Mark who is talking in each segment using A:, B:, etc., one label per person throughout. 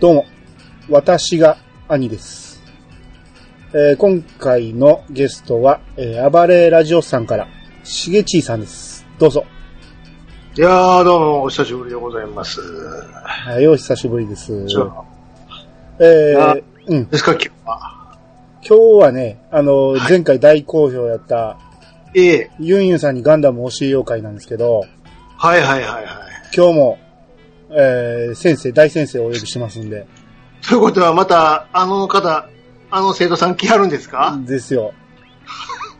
A: どうも、私が兄です。えー今回のゲストは、えー暴れラジオさんから、しげちいさんです。どうぞ。
B: いやー、どうも、お久しぶりでございます。
A: はい、お久しぶりです。
B: じゃあ
A: え
B: あ
A: ー、うん。
B: ですか、今日は。
A: 今日はね、あの、前回大好評やった、
B: ええ
A: ユンユンさんにガンダム教えよう会なんですけど、
B: はいはいはいはい。
A: 今日も、えー、先生、大先生をお呼びしてますんで、
B: ということは、また、あの方、あの生徒さん来はるんですか、
A: ですよ。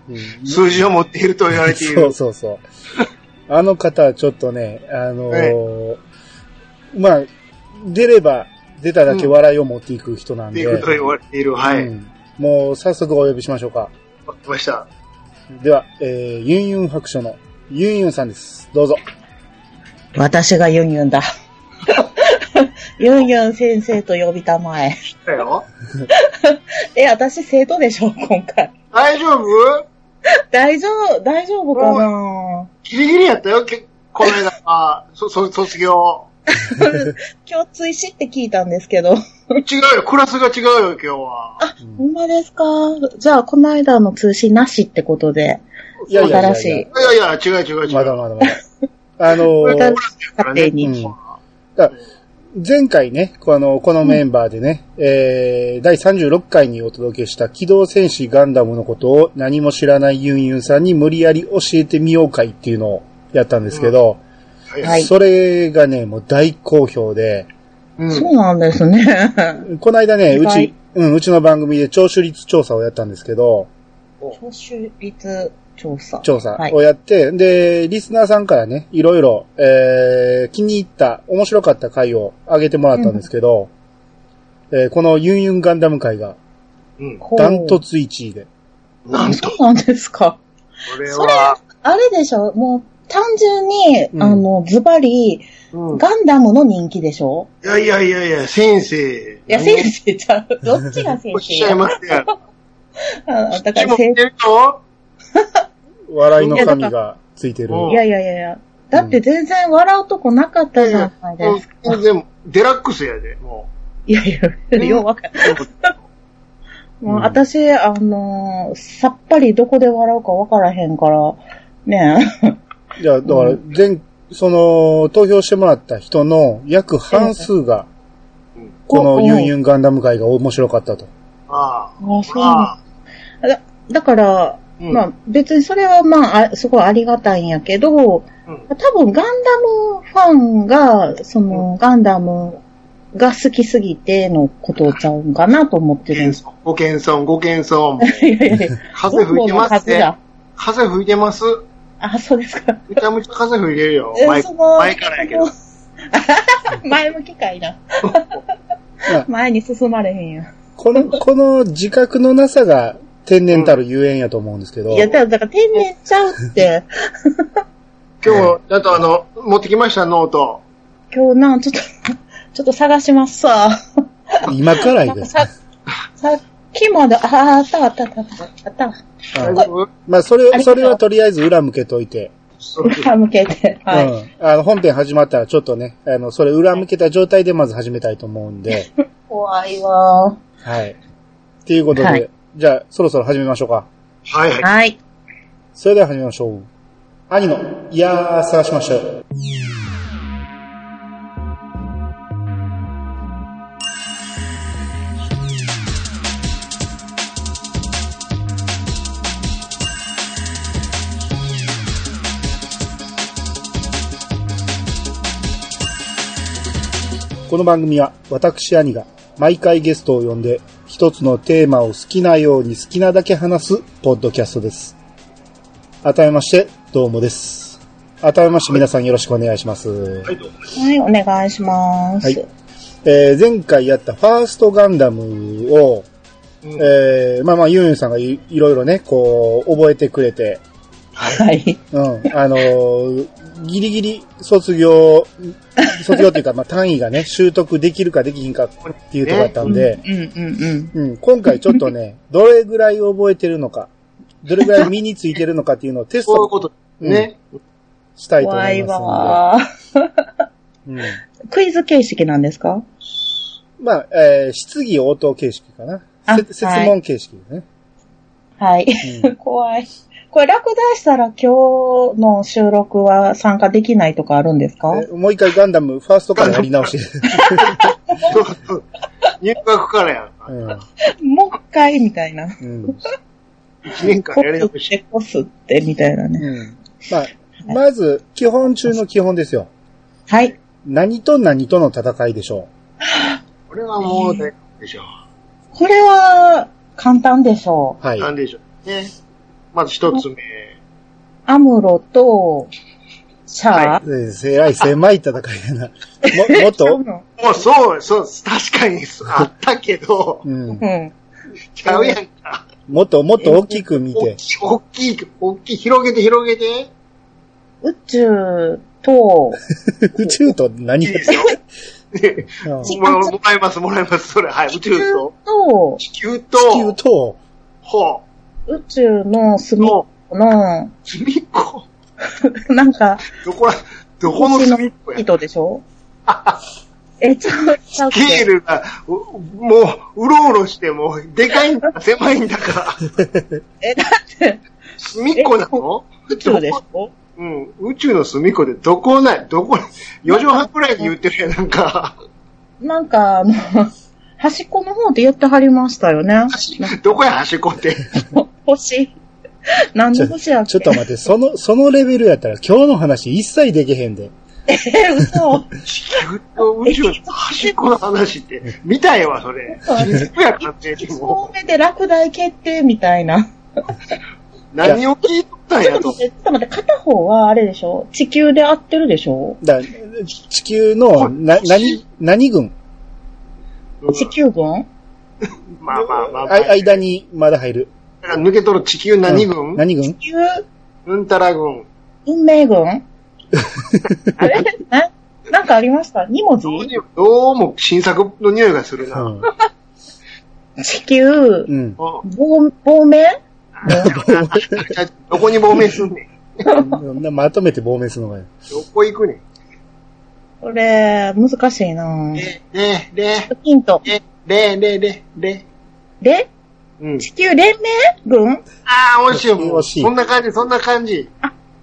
A: うん
B: 数字を持っていると言われてい
A: そう
B: る。
A: そうそう。あの方はちょっとね、あのーまあ、出れば出ただけ笑いを持っていく人なん
B: って
A: で、
B: いうことを言われている。はい。
A: う
B: わか
A: んもう早速お呼びしましょうか。
B: りました。
A: では、えー、ユンユン白書のユンユンさんです。どうぞ。
C: 私がユンユンだ。 ユンユン先生と呼びたまえ。
B: 来たよ。
C: え、私生徒でしょ、今回。
B: 大丈夫
C: 大丈夫、大丈夫かな
B: ギリギリやったよ、けこの間、あそ、そ、卒業。
C: 今日追試って聞いたんですけ
B: 違
C: ど。
B: うよ、クラスが違うよ、今日は。
C: ほんまですかじゃあ、この間の通信なしってことで。
A: いやいやいやいや
C: 新しい。
B: いやいや、違う違う違う。
A: まだまだ まだ。あの
B: これ
A: ー
B: クラスやからね
C: 勝手に
A: うんだ前回ね、こあの、このメンバーでね、えー、第36回にお届けした機動戦士ガンダムのことを何も知らないユンユンさんに無理やり教えてみよう会っていうのをやったんですけど、
B: はい
C: はい
A: それがね、もう大好評で、
B: うん
C: そうなんですね。
A: この間ね、
C: 意
A: う
C: 外
A: ち、うん、うちの番組で聴取率調査をやったんですけど、
C: 聴取率調査。
A: 調査
C: はい
A: を。やって、で、リスナーさんからね、いろいろ、えー、気に入った、面白かった回を上げてもらったんですけど、えーこのユンユンガンダム回が、
B: うん。
C: ほう
A: ダントツ1位で。
B: なんと、
C: そうなんですか。
B: これは、
C: あれでしょもう、単純に、
A: うん
C: あの、ズバリ、
B: うん
C: ガンダムの人気でしょ
B: いやいやいやいや、先生。
C: いや、先生ちゃ う。どっちが先
B: おっしゃ
C: 生
B: いますやん。
C: あだ
B: こっ
C: か
B: ちも
C: ら
B: 見
C: 先
B: てるよ。
A: 笑いの神がついてる。
B: うん
C: いやいやいやいや。だって全然笑うとこなかったじゃないですか。
B: うんでも、デラックスやで、も
C: いやいや、ようわ かん
A: ん
C: もう私、あのーさっぱりどこで笑うかわからへんから、ね え。
A: いや、だから、全、その、投票してもらった人の約半数が
B: うん、
A: このユンユンガンダム会が面白かったと。
B: う。あ
C: あそう
B: あ
C: な。んだ。だから、
B: うん
C: まあ別にそれはまああ、すごいありがたいんやけど、
B: うん
C: 多分ガンダムファンが、その、ガンダムが好きすぎてのことちゃうんかなと思ってるんです。
B: ご謙遜、ご謙遜。
C: いやいやいや。
B: 風吹 いてます
C: どこの数
B: ね
C: だ。
B: 風吹いてます。
C: あ、そうですか。
B: めちゃめちゃ風吹いてるよ。
C: え
B: 前
C: その
B: 前からやけど。
C: 前向きか いな。前に進まれへんや。
A: この、この自覚のなさが天然たるゆえんやと思うんですけど。
C: いや、だから天然ちゃうって。
B: 今日、ちゃんとあの、持ってきました、ノート。
C: 今日な、ちょっと、 ちょっと探しますさ。
A: 今から
C: な
A: や
C: ん
A: で
C: か。さ、さっきまで、ああ、あったあったあったあったあった。
B: 大
A: うん
B: 丈夫
A: まあ、そ
C: あり
A: れ、
C: がとう
A: それはとりあえず裏向けといて。
B: そう
C: 裏向けて。は
A: う
C: い。
A: ん。あの、本編始まったらちょっとね、あの、それ裏向けた状態でまず始めたいと思うんで。
C: 怖いわ。
A: はい。っていうことで、
C: はい
A: じゃあ、そろそろ始めましょうか。
B: はいはい。
C: はい。
A: それでは始めましょう。兄の、いやー、探しましたよ。この番組は私兄が毎回ゲストを呼んで一つのテーマを好きなように好きなだけ話すポッドキャストです。改めまして、どうもです。改めまして皆さんよろしくお願いします。
B: はい、どうも
C: はい、お願いしま
A: は
C: す。
A: いえー前回やったファーストガンダムを、
B: うん
A: えーまあまあユンユンさんがいいろいろね、こう、覚えてくれて、
C: はい。
A: うん、あのーギリギリ卒業、卒業っていうか、まあ単位がね、習得できるかできひんかっていうとこだったんで、
C: うんうんうん。
A: うん、今回ちょっと ね、どれぐらい覚えてるのか、どれぐらい身についてるのかっていうのをテス
B: そういう
A: ト
B: こと。ね。
A: したいと思
C: 怖
A: い
C: い
A: ます
C: わ。
A: んで。うん
C: クイズ形式なんですか
A: まあ、えー質疑応答形式かな。
C: あ
A: せ質問形式でね。
C: はい。
A: う
C: 怖い。これ落第したら今日の収録は参加できないとかあるんですか
A: えもう一回ガンダム、ファーストからやり 直し。
B: 入学からやんか。
A: うん
C: もう一回みたいな。
A: うん
B: 1年間
C: こ
B: やれなく
C: すっ
B: して。
C: て、こすって、みたいなね。
A: うんまあ、まず、基本中の基本ですよ。
C: はい。
A: 何と何との戦いでしょ
B: これはもう大丈夫でしょ
C: これは、簡単でしょう。
A: う。は
B: う。
A: い。
B: なんでしょうね。まず一つ目。
C: アムロと、シャア、
B: は
A: えーえらい狭い戦いやな。も、もっと
B: もうそう、そう、確かにあったけど、
A: うん
C: う。ん。
B: ちゃうやんか。
A: もっともっと大きく見て。
B: 大きい、大きい、大きい、広げて広げて。
C: 宇宙と、
A: 宇宙と
B: い
A: 何
B: いですよ。ね
A: うん
C: ち
B: もらもらいます、もらいます、それ。はい、宇
C: 宇
B: 宙と、
C: と、
B: 地球
A: 地球
B: と、
A: と、
B: ほ
C: 宇宙の
B: う、
C: 隅っ
B: の、
C: この、
B: 隅っこ。
C: なんか、
B: どこら、どこの隅っこや。
C: 人でしょえ、ちゃう、ちゃうっ
B: スケー
C: て。
B: ルが、うもう、うろうろしても、でかいんだ、狭いんだ か
C: え、だって、
B: ら、隅っこなの
C: 宇宙でしょ
B: うん、宇宙の隅っこでどこない、どこ、4畳半くらいで言ってるやん、なんか。
C: なんか、あの、端っこの方で言ってはりましたよね。
B: どこや、端っこって。
C: 星。何の星やっけ
A: ちょっと待って、その、そのレベルやったら今日の話一切できへんで。
C: え、嘘。
B: 地球と宇宙の端っこの話って、見たいわ、それ。地球や、完全に
C: 一
B: も
C: 本目で落第決定みたいな。
B: う。何を聞いとったん
C: ちょ
B: や
C: っ
B: と
C: と待。って、ちょっと待って、片方はあれでしょ地球で合ってるでしょ
A: だ地球の、な、何、何軍
B: うん
C: 地球軍
B: まあまあまあ、ま
A: あい間にまだ入る。
B: あ、抜け取る地球何
A: う
B: 軍
A: ん何軍
C: 地球
B: うんたら軍。
C: 運 命軍あれななんかありました二文字
B: どうにもどうも新作の匂いがする
A: う
B: な。
A: ん。
C: 地球、
A: うん。
B: うん
C: 亡亡命
B: どこに亡命すんね ん。
A: まとめて亡命するのがいい。
B: どこ行くね。
C: これ、難しいなん
B: で、で、で、
C: ヒント。
B: で、で、で、で、で。
C: で、
B: うん。
C: 地球連盟軍
B: ああ、惜しい。もう
A: 惜しい
B: そんな感じ、そんな感じ。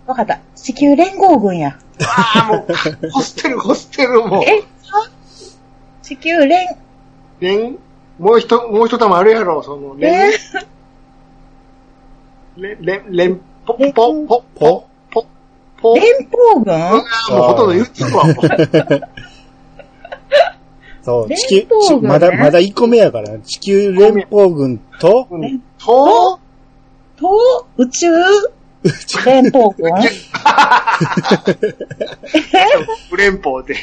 C: わかった。地球連合軍や。
B: ああ、も う、ホステル、ホステル、もう。
C: え地球連、
B: レンもう一、もう一玉あるやろ、その、
C: え
B: レン、レン、レン、レン、ポ、
C: レ
B: ポ、
C: ン
B: ポ、ポ、ポ、ポ。
C: 連邦軍
B: ああ、もうほとんど言ってるわ、も う。
A: そう、
C: 連
A: 地球、
C: 邦
A: ち
C: 軍ね
A: まだ、まだ1個目やから、地球連邦軍と、
B: うんと、
C: と、宇宙連邦軍え
B: 不連邦で。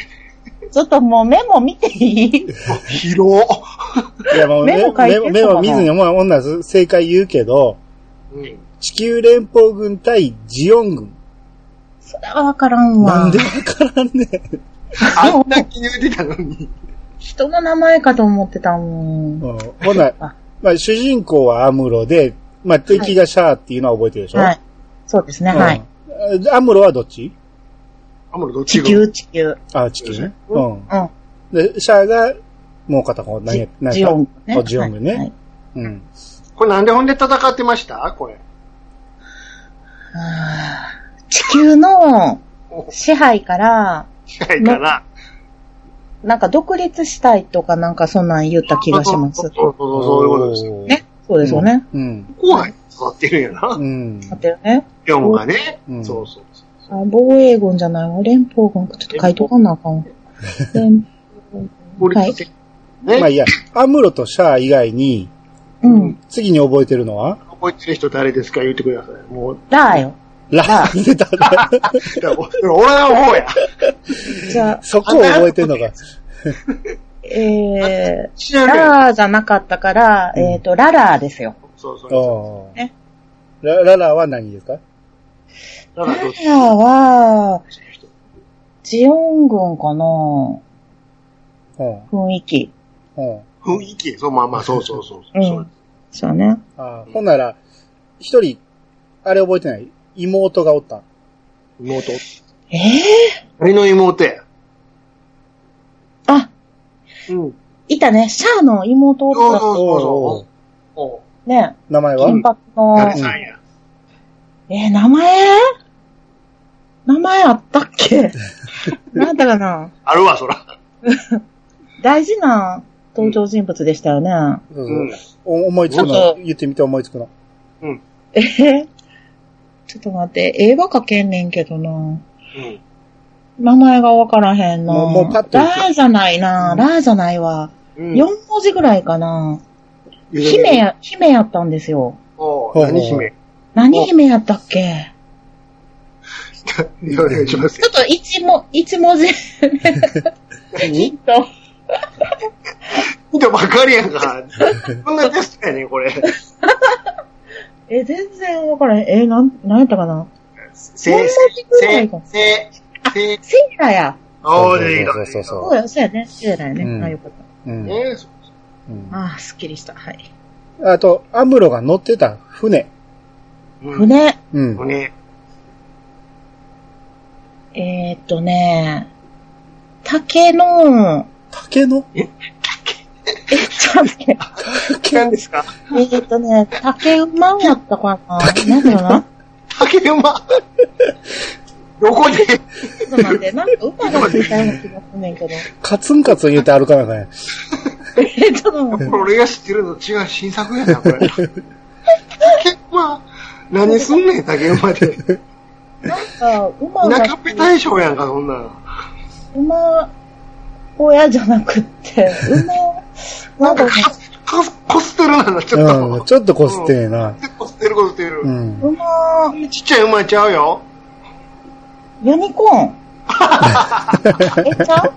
C: ちょっともうメモ見ていい
B: 広っ。
A: いやもう、
C: 目
A: 目
C: も書いてそうだな
A: 目を見ずに、もう女正解言うけど、
B: うん。
A: 地球連邦軍対ジオン軍。
C: それはわからんわ。
A: なんでわからんねん。
B: あんな気に入ってたのに。
C: 人の名前かと思ってたもん。
A: うんほな、まあ主人公はアムロで、まあ敵がシャアっていうのは覚えてるでしょ
C: はい。そうですね、はい。
A: うんあアムロはどっち
B: あ、もうどっち
C: 地
B: が。
C: 球、地球。
A: あ、地球ね。うん。
C: うん。
A: で、シャアが、もう片方、何や、何
C: ジオン軍ね。
A: あジオン軍ね
C: はいはい
A: うん。
B: これなんでほんで戦ってましたこれ。
C: あー地球の支配から、
B: しないかな。
C: なんか独立したいとかなんかそんなん言った気がしま
B: そう
C: す。ね。
B: そうそう、そういうことですよ。
A: おー
C: そうですよね。
A: うん。
B: 後輩に育ってるんやな
A: う。ん。
C: だったよね。
B: ピョンがね
A: う。ん
B: そうそうそう。
C: あ防衛軍じゃないわ。連邦軍。ちょっと書いとかなあか んわ。連
B: 法律的ね
A: まあいいや、アムロとシャア以外に、
C: うん。
A: 次に覚えてるのは
B: 覚えてる人誰ですか言ってください。もう、
C: だよ。
A: ラー出たね
B: だから俺俺の方や。
C: じゃあ、
A: そこを覚えてんのか。
C: え
B: 知ら
C: ー、
B: んやん
C: ラーじゃなかったから、
A: うん
C: えっと、ララーですよ。
B: そうそう。
A: おー
C: ね
A: ラララは何ですか
B: だからどっち
C: ララーは、ジオン軍かな
A: うん。うん。
C: 雰囲気。
B: 雰囲気、そう、まあまあ、そうそうそう
C: う
B: そ
C: ん。そうね。
A: あーほんなら、一人、あれ覚えてない妹がおった。
B: う。妹。
C: ええ
B: 俺の妹や。
C: あ、
B: うん。
C: いたね、シャアの妹お
B: そうそ
C: っ
B: うそう
A: おうおう
B: そう。おう
C: たね、
A: 名前は
C: 金髪の、
B: 誰さんや。
C: えー名前名前あったっけなんだかな
B: あるわ、そら。
C: 大事な登場人物でしたよね。
A: そう
B: う。
A: そうんお思いつく
C: もっ
A: の。言ってみて思いつくの。
C: えーちょっと待って、映画かけんねんけどな。
B: うん。
C: 名前がわからへんな。
A: もうもうパッと言っ
C: ラ
A: て
C: ーじゃないな、ラーじゃないわ。
B: うん
C: 4文字ぐらいかな。姫。や、姫やったんですよ。
B: おう何姫。
C: 何姫やったっけ
B: お願いします
C: ちょ。っと一も、一文 字ヒント。
B: 見たばっかりやんか。こんなテストやねん、これ。
C: え、全然わからへん。え、なん、なんやったかな
B: せ
C: 文
B: い、
C: 字ぐら
B: せ
C: い
B: い
C: か、
B: せい、せい。
C: セイラや。
B: おー、出てきた。
A: そうそうそう
C: そうや、そうやね。セイラやね。
A: うん
C: あ、よかった。
A: う
B: 出
A: ん
B: てきたね
A: うん
C: あー、すっきりした。はい。
A: あと、アムロが乗ってた船。
B: うん。
C: 船。
A: うん。
B: 船。
C: えーっとね、竹の、
A: 竹の
C: え、ちょっと待って。
B: 何ですか
C: えーっとね、竹馬やったかななんだろうな
B: 竹馬。どこで
C: ちょっと待って、なんか馬がついたような気がすんねんけど。
A: カツンカツン言うて歩かなあかんやん。
C: えー、ちょっと待って。
B: これ俺が知ってるの違う新作やな、これ。竹馬。何すんねん、竹馬で。
C: なんか、馬が
B: 田舎っぺ大将やんか、そんなん。
C: 馬親じゃなくって、
B: な
C: 馬、なんんか
B: か
C: ね、
B: か、かす、こすってるな、ちょ
A: うん。
B: っ
A: ちょっとこすってえな。
B: と。こすってる、こすってる
A: う。ん。
C: 馬、
B: ちっちゃい馬ちゃうよ。
C: ユニコ ーン。え、ちゃう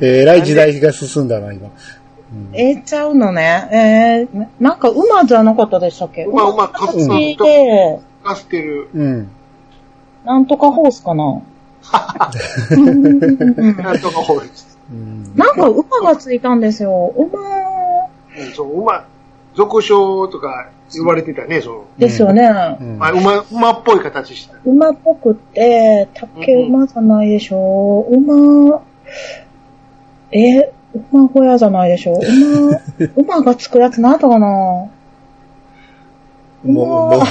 A: えらい時代が進んだな、今。
C: え、ちゃうのね。えー、ななんか馬じゃなかったでしたっけ
B: 馬馬
C: か
B: うん
C: で、
B: かすってる。
A: うん。
C: なんとかホース かな。
B: なんとか多いです。
A: うん。
C: なんか馬がついたんですよ。馬
B: うんそう、馬、俗称とか言われてたね、その。
C: ですよね。
A: うん
B: まあ、馬、馬っぽい形してた。
C: 馬っぽくて、竹馬じゃないでしょ、馬、え、馬小屋じゃないでしょ馬、馬がつくやつなんとかな
A: もう、もう、もう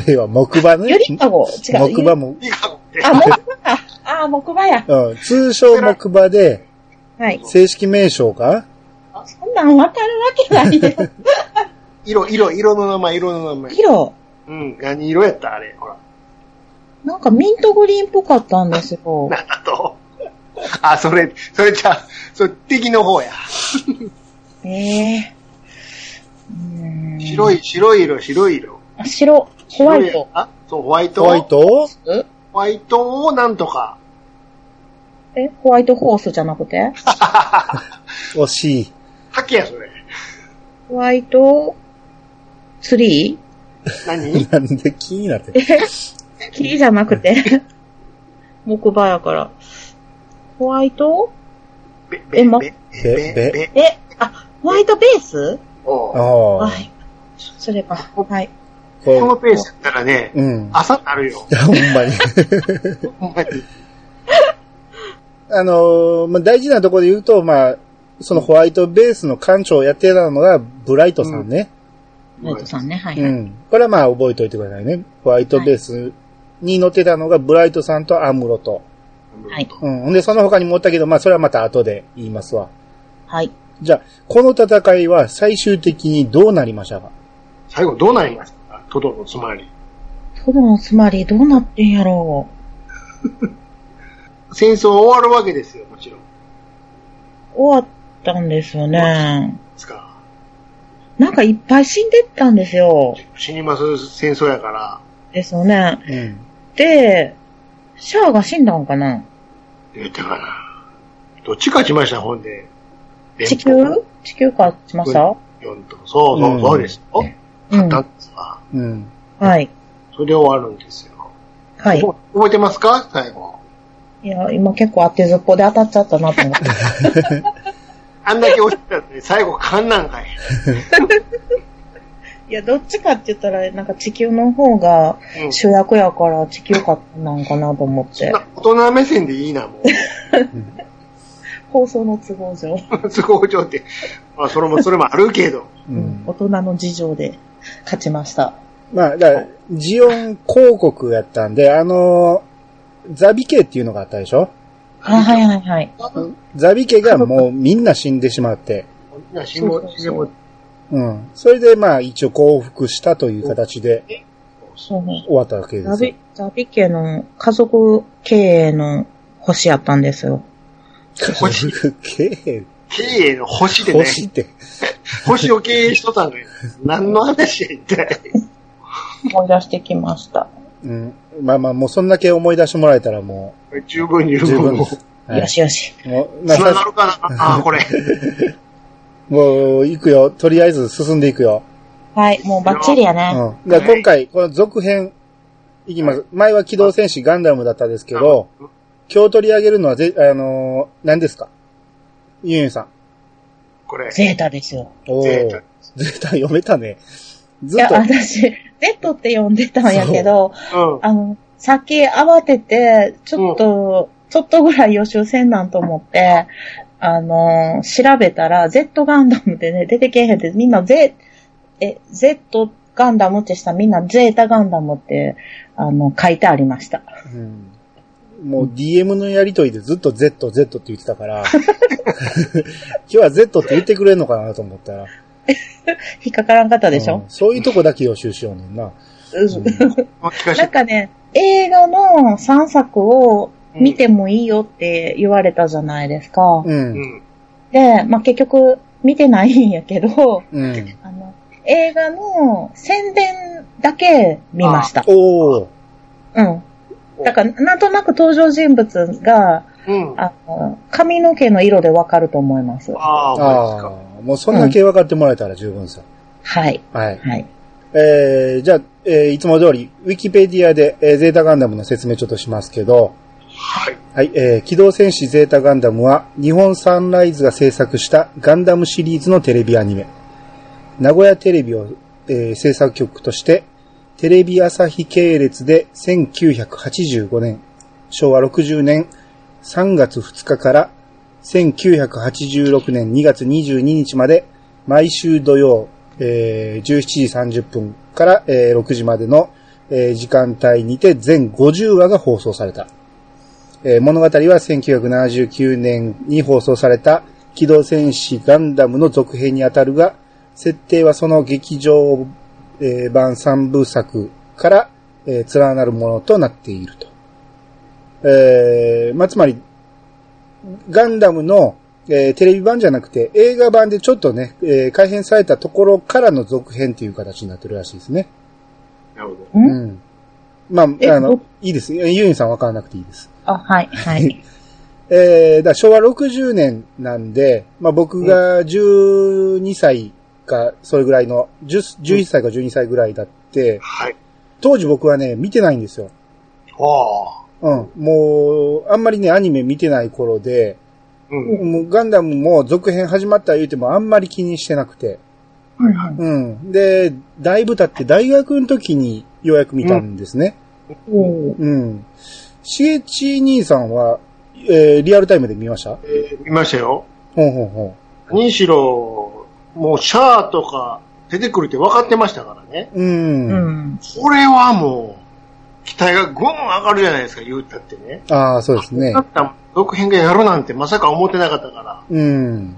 A: ええわ。木馬ね
C: ゆ。りかご違う。
A: 木馬も。
B: いいかって。
C: あ、木馬か。あ、木馬や。
A: うん。通称木馬で、
C: はい。
A: 正式名称か
C: そんなんわかるわけないで。
B: 色、色、色の名前、色の名前。
C: 色、
B: うん、何色やったあれ、ほら。
C: なんかミントグリーンっぽかったんですよ。
B: なんだと。あ、それ、それじゃあ、それ敵の方や。
C: ええー。うーん
B: 白い、白い色、白い色。
C: あ白、ホワ
B: 白い
C: イト。
B: あ、そう、ホワイト。
A: ホワイ。ト
B: ホワイトをなんとか。
C: え、ホワイトホースじゃなくて
A: 惜しい。
B: 竹や、それ。
C: ホワイト、ツリー
B: 何
A: なんで気になってる
C: 木じゃなくて、木馬やから。ホワイト
B: べ、
C: えま
B: べ、
A: べべ
B: べ。
C: え、あ、ホワイトベース
B: おう
A: ああ。
C: は
A: こ
C: い。それか。はい。
B: このペースやったらね、
A: うん。
B: 朝になるよ。
A: ほんまに。
B: ほんまに。
A: あのーまあ、大事なところで言うと、まあ、そのホワイトベースの館長をやってたのが、ブライトさんね。
C: ナイトさんね、は
A: う
C: い
A: ん。
C: はい。
A: これはまあ、覚えておいてくださいね。ホワイトベースに乗ってたのが、ブライトさんとアムロと。
C: はい。
A: うん。ほんで、その他にもおったけど、まあ、それはまた後で言いますわ。
C: はい。
A: じゃあ、この戦いは最終的にどうなりましたか
B: 最後どうなりましたかトドのつまり。
C: トドのつまりどうなってんやろ
B: 戦争終わるわけですよ、もちろん。で
C: う。終わったんですよね。
B: すから。
C: なんかいっぱい死んでったんですよ。
B: 死にます戦争やから。
C: ですよね。
A: うん。
C: で、シャアが死んだんかな
B: 言ってかな。どっち勝ちました、ほんで。
C: 地球地球か、しました
B: 四と。そうそう、そうですよ。
C: う
B: 勝
C: ん
B: っ。たんですわ。
A: うん。
C: はい。
B: それで終わるんですよ。
C: はい。
B: 覚覚えてますか最後。
C: いや、今結構当てずっぽで当たっちゃったなと思 って。
B: あんだけ落ちたのに、最後、勘なんかい。
C: いや、どっちかって言ったら、なんか地球の方が
B: うん
C: 主役やから地球かなんかなと思って。
B: 大人目線でいいな、もう。
C: 放送の都合上、
B: 都合上って。まあ、それも、それもあるけど。
A: うん
C: 大人の事情で勝ちました。
A: まあ、だからジオン広告やったんで、あの、ザビ家っていうのがあったでしょ
C: はいはいはいはい。
A: ザビ家がもうみんな死んでしまって、
B: いや、死亡、
C: そうそうそう
B: 死亡。
A: うん。それでまあ一応降伏したという形で
C: そうそう
A: 終わったわけで
C: ザ
A: すよ
C: ビ、ザビ家の家族経営の星やったんですよ。
B: 星。
A: 経
B: 経営の星
A: 営、
B: でね、
A: 星って。
B: 星を経営しとったの よ。何の話や一体。
C: 思い出してきました。
A: うん。まあまあもうそんだけ思い出してもらえたらも
B: 十分十
A: う十分
B: 分
A: で
B: も。
A: す。はい
C: よ しよし。
A: もう、な
B: つ
A: ん
B: なが
A: か
B: るかな ああ、これ。
A: もう行くよ。とりあえず進んでいくよ。
C: はい、もうバッチリやね。
A: うん。だから今回、この続編、いきます。前は機動戦士ガンダムだったんですけど、今日取り上げるのはぜ、あのー何ですかユンユンさん。
B: こ れ。
C: ゼータですよ。
A: おー
B: ゼータ。
A: ゼータ読めたね。
C: い
A: ずっ
C: や、
A: と。
C: 私、ゼットって呼んでたんやけど、
B: うん。
C: あの、さっき慌てて、ちょっと、ちょっとぐらい予習せんなんと思って、あの、調べたら、Z ガンダムでね、出てけえへんって、みんなゼ、え、Z ガンダムってしたらみんなゼータガンダムって、あの、書いてありました。
A: うんもう DM のやりとりでずっと Z、Z って言ってたから、今日は Z って言ってくれんのかなと思ったら。
C: 引っかからんかったでし
A: う
C: ょ
A: ん、そういうとこだけ予習しようねんな。
C: うん
B: 聞かせ
C: な
B: て。
C: んかね、映画の3作を見てもいいよって言われたじゃないですか。
A: う。
B: うんん。
C: で、まあ、結局見てないんやけど、
A: うん。
C: あの、映画の宣伝だけ見ました。
A: おお。
C: うん。だから、なんとなく登場人物が、
B: うん。あ
C: あの、髪の毛の色でわかると思います。
B: あ、
A: あ
B: そうで
A: あ。もうそんだけ分かってもらえたら十分さ。
C: はい。
A: はい。
C: はい。
A: えー、じゃあ、えーいつも通り、ウィキペディアで、えーゼータガンダムの説明ちょっとしますけど、
B: すか。はい。
A: はい、えー機動戦士ゼータガンダムは、日本サンライズが制作したガンダムシリーズのテレビアニメ。名古屋テレビを、えー制作局として、テレビ朝日系列で1985年、昭和60年3月2日から1986年2月22日まで、毎週土曜、えー17時30分から、えー6時までの、えー時間帯にて全50話が放送された。えー物語は1979年に放送された機動戦士ガンダムの続編にあたるが、設定はその劇場、えー版3部作から、えー連なるものとなっていると。えーまあ、つまり、ガンダムの、えーテレビ版じゃなくて映画版でちょっとね、えー改編されたところからの続編という形になってるらしいですね。
B: なるほど。
C: ん
A: うん。まあ、あ
C: え
A: の
C: ど、
A: いいです。えユーインさんわからなくていいです。
C: あ、はい、はい。
A: えー、だから昭和60年なんで、まあ、僕が12歳か、それぐらいの、10 11歳か12歳ぐらいだって、
B: はい。
A: 当時僕はね、見てないんですよ。
B: ああ。
A: うん。もう、あんまりね、アニメ見てない頃で、
B: うん。
A: もうガンダムも続編始まった言うてもあんまり気にしてなくて。
C: うんうん
A: うん。で、だいぶ経って大学の時にようやく見たんですね。
C: おー
A: うん。しげち兄さんは、えー、リアルタイムで見ました
B: えー見ましたよ。
A: ほんほんほん。
B: 何しろ、もうシャアとか出てくるって分かってましたからね。
A: うん。
C: うん。
B: これはもう、期待がぐん上がるじゃないですか、言うたってね。
A: ああ、そうですね
B: だ。ったら続編がやるなんてまさか思ってなかったから。
A: うん。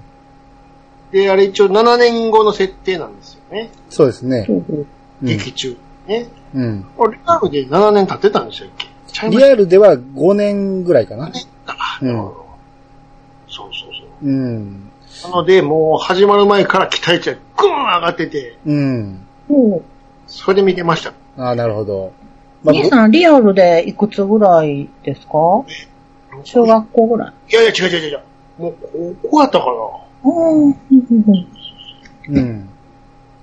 B: で、あれ一応7年後の設定なんですよね。
A: そうですね。うん
B: 劇中。ね。
A: うん。
B: これリアルで7年経ってたんでしたっけちゃいま
A: リ
B: し
A: アルでは5年ぐらいかな。
B: たか。
A: う
B: うんん、そうそうそう。
A: うん。
B: なので、もう始まる前から期待値がぐん上がってて、
A: うん。
C: おー
B: それで見てました。
A: ああ、なるほど。まあ、
C: 兄さん、リアルでいくつぐらいですか小学校ぐらい。
B: いやいや、違う違う違う。もう、ここやったかな。
C: うんうんうん
A: うん。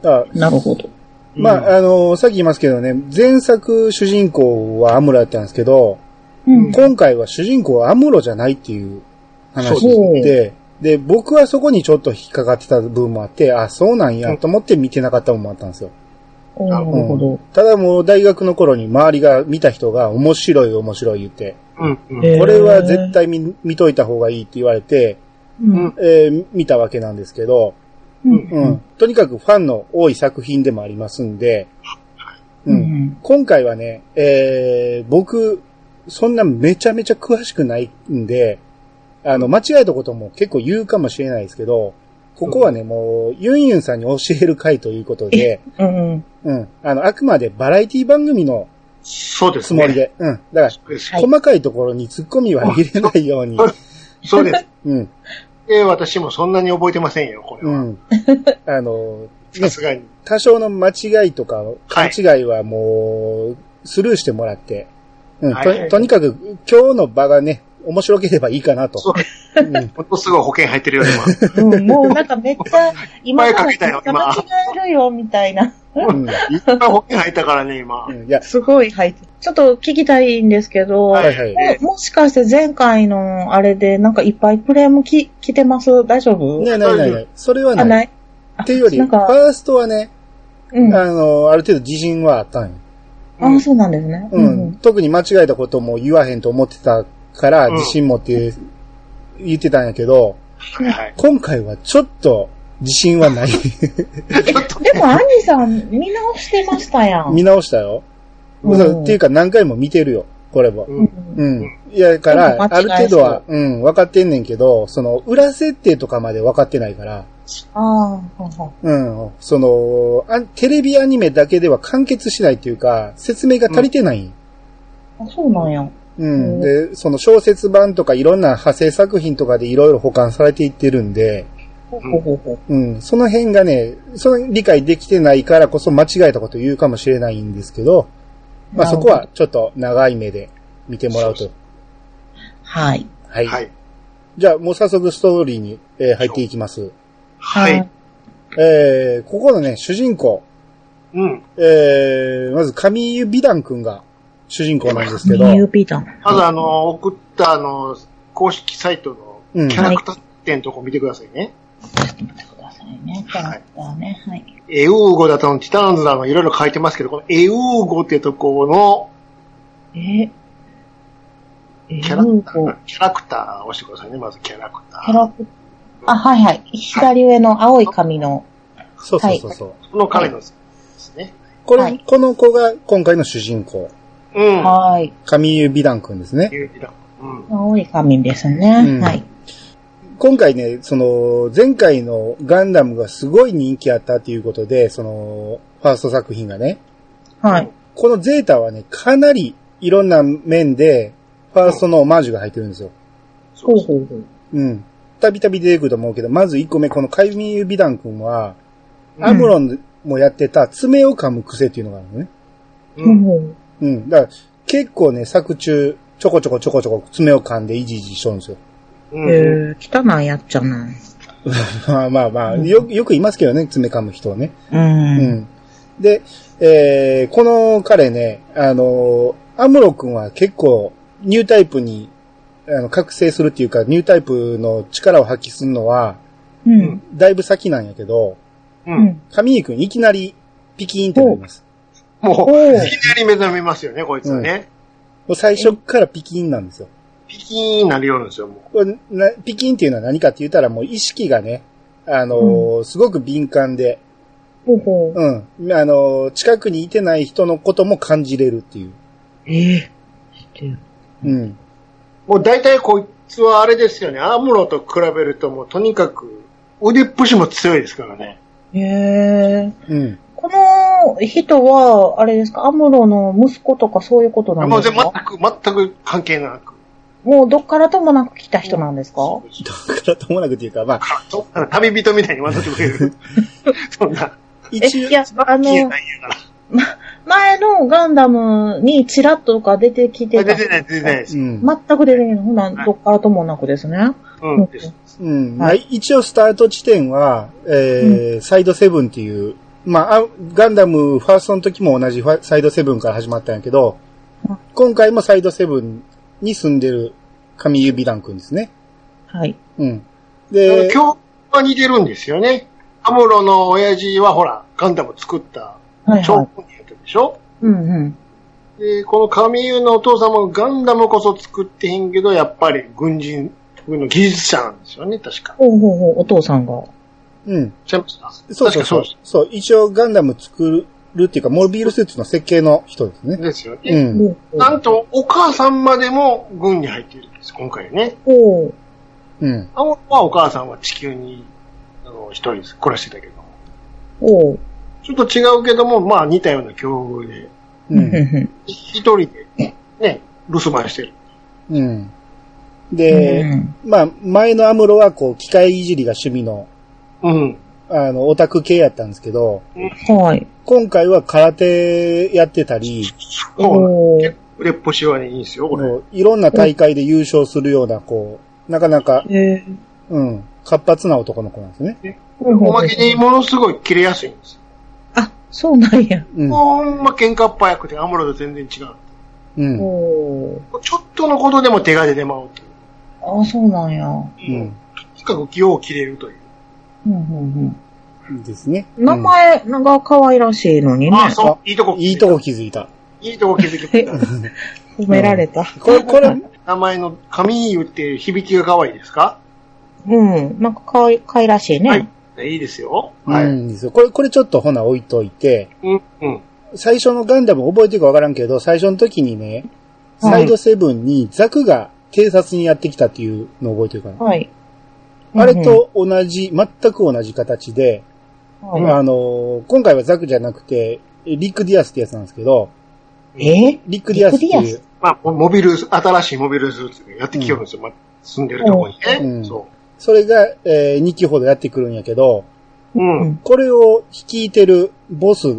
A: だから
C: なるほど。
A: まあ、あのーさっき言いますけどね、前作主人公はアムロやったんですけど、
C: うん。
A: 今回は主人公はアムロじゃないっていう話で、で、僕はそこにちょっと引っかかってた部分もあって、あ、そうなんやと思って見てなかった部分もあったんですよ。
C: おーなるほ
A: う
C: ど
A: ん。ただもう大学の頃に周りが見た人が面白い面白い言って、
B: うん、うん。
C: えー
A: これは絶対見見といた方がいいって言われて、
C: うん。
A: えー見たわけなんですけど、
C: う
B: うん
C: ん。
A: うん。とにかくファンの多い作品でもありますんで、
C: う
A: うん。
C: ん。
A: 今回はね、えー僕、そんなめちゃめちゃ詳しくないんで、あの、間違えたことも結構言うかもしれないですけど、ここはね、もう、ユンユンさんに教える回ということで、
C: うん。
A: うん。あの、あくまでバラエティ番組の
B: そうです
A: つもり
B: ね。
A: で、うん。だか
B: です
A: ら、細かいところに突っ込みは入れないように、
B: そうです。
A: うん。
B: えー私もそんなに覚えてませんよ、これ
A: う
B: は。
A: ん。 あの、
B: さすがに。
A: 多少の間違いとか、
B: はい
A: 間違いはもう、スルーしてもらって、うん、
B: はいはいは
A: と
B: い
A: とにかく今日の場がね、面白ければいいかなと。
B: そう。
A: うん
B: ものすごい保険入ってるよ、今。
C: うん。もうなんかめっち ゃ、今
B: 前
C: か
B: から
C: め
B: け
C: っち
B: た
C: ゃ
B: よ
C: 間違えるよ、みたいな。
A: うん
B: いっぱい保険入ったからね、今。
A: うんいや、
C: すごい入って。ちょっと聞きたいんですけど、
A: はいはい。
B: え
C: もしかして前回のあれでなんかいっぱいクレームき来てます大丈夫、
A: ねないないない。それは
C: あ、
A: ない。
C: ない
A: っていうより、フ
C: なんか
A: ァーストはね、
C: うん。あ
A: あの、ある程度自信はあったんよ。
B: うん
C: そうなんですね。
A: うん。特に間違えたことも言わへんと思ってたから、
B: うん
A: 自信持って言ってたんやけど、
B: はい。
A: 今回はちょっと自信はない。
C: でも、アンニさん、見直してましたやん。
A: 見直したよ。
C: うん
A: そうっていうか何回も見てるよ、これも。
B: う。
C: うんん
A: うん。いや、か
C: で
A: ら、
C: も
A: あ
C: 間違
A: る
C: い
A: 程度は、うん、分かってんねんけど、その、裏設定とかまで分かってないから、
C: ああ、ほんほん
A: うん、その、あテレビアニメだけでは完結しないっていうか、説明が足りてないん。
C: あそうなんや。
A: うん、
C: うん
A: で、その小説版とかいろんな派生作品とかでいろいろ保管されていってるんで、
C: ほうほうほう
A: うん、その辺がね、その理解できてないからこそ間違えたこと言うかもしれないんですけど、まあ
C: なる
A: そ
C: ほ
A: こ
C: ど
A: はちょっと長い目で見てもらうと。
C: はい。
A: はい。
B: はい。
A: じゃあもう早速ストーリーに、えー入っていきます。
B: はい。。
A: えー、ここのね、主人公、
B: うん。
A: えー、まず、神湯美談くんが主人公なんですけど、
C: ニューピータン。
B: まず、あの、送った、あの、公式サイト
A: うん
B: のキャラクター展のとこ見てくださいね。
C: ちょっと待ってくださいね。キャラクターね。はい。
B: エウーゴだとの、ティターンズだの、いろいろ書いてますけど、このエウーゴってとこの
C: ええ
B: キャラ
C: うん
B: クタ
C: こう
B: ー、キャラクターを押してくださいね、まずキャラクタ
C: キャ
B: ー。
C: ラクあ、はいはい。左上の青い髪の。
A: そうそうそうそう、
B: この彼のですね。
A: これ、
C: はい
A: この子が今回の主人公、
B: うん。
C: はい。
A: 神湯美談くんですね。
B: ユージだうん。
C: 青い髪です
A: うん
C: ね。はい。
A: 今回ね、その、前回のガンダムがすごい人気あったということで、その、ファースト作品がね、
C: はい。
A: このゼータはね、かなりいろんな面で、ファーストのオマージュが入ってるんですよ。
B: そうそう
C: ほうほう。
A: うん。たびたび出てくると思うけど、まず1個目、この神湯美談くんは、
B: うん
A: アムロンもやってた爪を噛む癖っていうのがあるのね。
B: う。
C: うんん。
A: うん。だから、結構ね、作中、ちょこちょこちょこちょこ爪を噛んでいじいじしとるんですよ。
B: うん。うん
C: えー、汚いやっちゃな。
A: まあまあまあ、
C: うん
A: よ、よくいますけどね、爪噛む人はね。
C: う。
A: うんん。で、えー、この彼ね、あのーアムロ君は結構、ニュータイプに、あの、覚醒するっていうか、ニュータイプの力を発揮するのは、
C: うんん。
A: だいぶ先なんやけど、
B: う。
C: うんん。
A: 神井君いきなり、ピキーンってなります。
B: もう、
C: お
B: い
C: ー
B: きなり目覚めますよね、こいつはね。
A: もう最初っからピキーンなんですよ。
B: ピキーンなるようなんですよ、も
A: これなピキンっていうのは何かって言ったらもう意識がね、あのーすごく敏感で、
C: ほうほう。
A: うん。あのー近くにいてない人のことも感じれるっていう。
C: ええ。してる。
A: うん。
B: う。もう大体こいつはあれですよね、アムロと比べるともうとにかく腕っぷしも強いですからね。
C: ええ。
A: うん。
C: この人は、あれですか、アムロの息子とかそういうことなん
B: もう
C: です
B: 全
C: か
B: く、全く関係なく。
C: もうどっからともなく来た人なんですか
A: だからともなくっていうか、まあ、
B: そんな旅人みたいに渡ってくれ る。そんな、
C: え、
A: 一応
C: い、や、あ
B: 消え
C: の
B: な、いんやから。
C: 前のガンダムにチラッとか出てきて
B: 出
C: た。
B: てない、出てないです。
A: うん。
C: 全く出てないの。ほな、
B: はい
C: どっからともなくですね。
B: うん、です。
A: うん。ま
C: は
A: あ、
C: い
A: 一応スタート地点は、えーサイドセブンっていう、まあ、あガンダムファーストの時も同じファサイドセブンから始まったんやけど
C: うん、
A: 今回もサイドセブンに住んでる神指団くんですね。
C: はい。
A: うん。
B: あの
A: で、
B: 今日は似てるんですよね。アムロの親父はほら、ガンダム作った、
C: はい
B: 超
C: は
B: 本
C: い。
B: 人やったでしょ
C: うんうん。
B: で、この神優のお父さんもガンダムこそ作ってへんけど、やっぱり軍人の技術者なんですよね、確か。
C: ほうほうほう、お父さんが。
A: うん。
B: ちゃいました
A: そうそうそう
B: 確か。
A: そう、一応ガンダム作るっていうか、モビルスーツの設計の人です
B: そう
A: ね。
B: ですよ
A: う
B: ね。
A: ん。
B: なんと、お母さんまでも軍に入っているんです、今回ね。
C: ほう。
A: うん。
B: あはお母さんは地球に、あの、一人暮らしてたけども。
C: ほう。
B: ちょっと違うけども、まあ似たような境遇で、
A: う。
C: うんん。
B: 一人で、ね、留守番してる。
A: うん。で、まあ、前のアムロは、こう、機械いじりが趣味の、
B: うん。
A: あの、オタク系やったんですけど、
C: はい。
A: 今回は空手やってたり、
B: そう
C: おー
B: 結構売れっぽしはいいんですよ、これ。
A: こういろんな大会で優勝するような、こう、なかなか、
C: えー
A: うん、活発な男の子なんですね。
C: ほうほう
B: おまけにものすごい切れやすいんですよ。
C: あ、そうなんや。
A: うん。
B: ほんま喧嘩っ早くて、アムロと全然違う。
A: うん。
C: ほ。
B: ちょっとのことでも手が出てまうっていう
C: あ、そうなんや。
A: う
B: う。とにかく気を切れるという。
C: うんうん
A: ん。ですね。
C: うん。名前が可愛らしいのにね。
B: あ、そう、いいとこ
A: う
B: 気
A: ん。
B: づた
A: いいとこ気づいた。
B: いいとこ気づけた。
C: 褒められた。
A: これ、これ、
B: 名前の神湯って響きが可愛いですか
C: うん。なんか可愛い、可愛らしいね。
B: はい。いいですよ。は
A: う
B: い。
A: んですよ。これ、これちょっとほな置いといて、
B: うん、うん。
A: 最初のガンダム覚えてるかわからんけど、最初の時にね、
C: はい
A: サイドセブンにザクが偵察にやってきたっていうのを覚えてるかな。
C: はい。
A: あれと同じ、全く同じ形で、
C: うんうん、は
A: あのー、今回はザクじゃなくて、リック・ディアスってやつなんですけど、
C: いえ
A: リック・ディアスって
C: リックデ
A: い
C: ィ
A: う、
B: まあ、モビル、新しいモビルスーツでやってきよるんですよ。まあ、住んでるとこにね。
A: うん
B: そ
A: それが、え2期ほどやってくるんやけど、
B: う。
C: う
B: うん。
C: ん。
A: これを率いてるボス、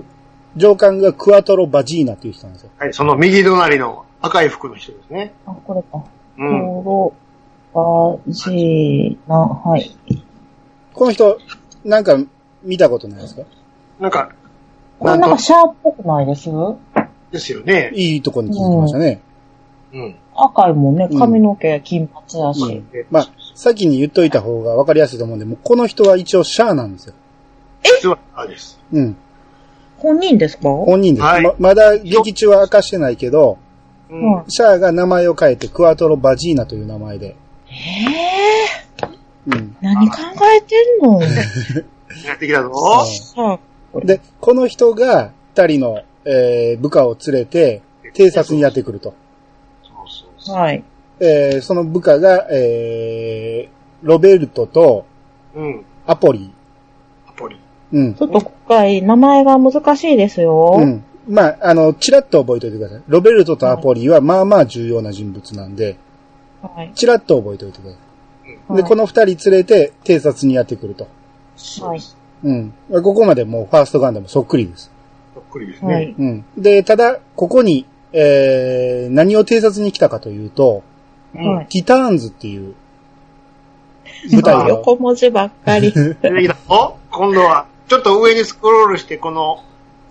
A: 上官がクアトロ・バジーナっていう人なんですよ。
B: はい、その右隣の赤い服の人ですね。
C: あ、これか。
B: うん。
C: コロバジーナ、はい。
A: この人、なんか見たことないですか
B: なんか、
C: こ
B: な
C: れ
B: ん
C: なん
B: と
C: か、シャーっぽくないです
B: ですよね。
A: いいとこに気づきましたね。
B: うん。
C: 赤いもんね
A: う、ん
C: 髪の毛金髪だし。
B: で
A: まあ、先に言っといた方が分かりやすいと思うんで、もうこの人は一応シャアなんですよ。
B: 実は、あれです。
A: うん。
C: 本人ですかう
A: 本人です。
B: はい
A: ままだ劇中は明かしてないけど、
B: うん。
C: ん。
A: シャアが名前を変えてクアトロ・バジーナという名前で。
C: ええ
A: うん。
C: ー、何考えてんの
B: やってきたぞ。
C: さ
A: うんで、この人が二人の、えー部下を連れて偵察にやってくると。
B: そうそうそ
C: あ、
B: う。
C: はい。
A: えーその部下が、えーロベルトと
B: うん。
A: アポリ。
B: アポリ。
A: うん
C: ち。ょっと今回、名前が難しいですよ。
A: うん。まあ、あの、チラッと覚えておいてください。ロベルトとアポリはまあまあ重要な人物なんで、
C: はい。
A: チラッと覚えておいてください。
C: はい
A: で、この二人連れて偵察にやってくると。
B: そうです。
A: うん。ここまでもうファーストガンダムそっくりです。
B: そっくりです
C: は
B: ね。
C: い。
A: うん。で、ただ、ここに、えー、何を偵察に来たかというと、
C: はい。
A: ティターンズっていう舞台が、
C: 横文字ばっ か
B: 出
C: り。
B: てきたぞ。今度は、ちょっと上にスクロールして、この、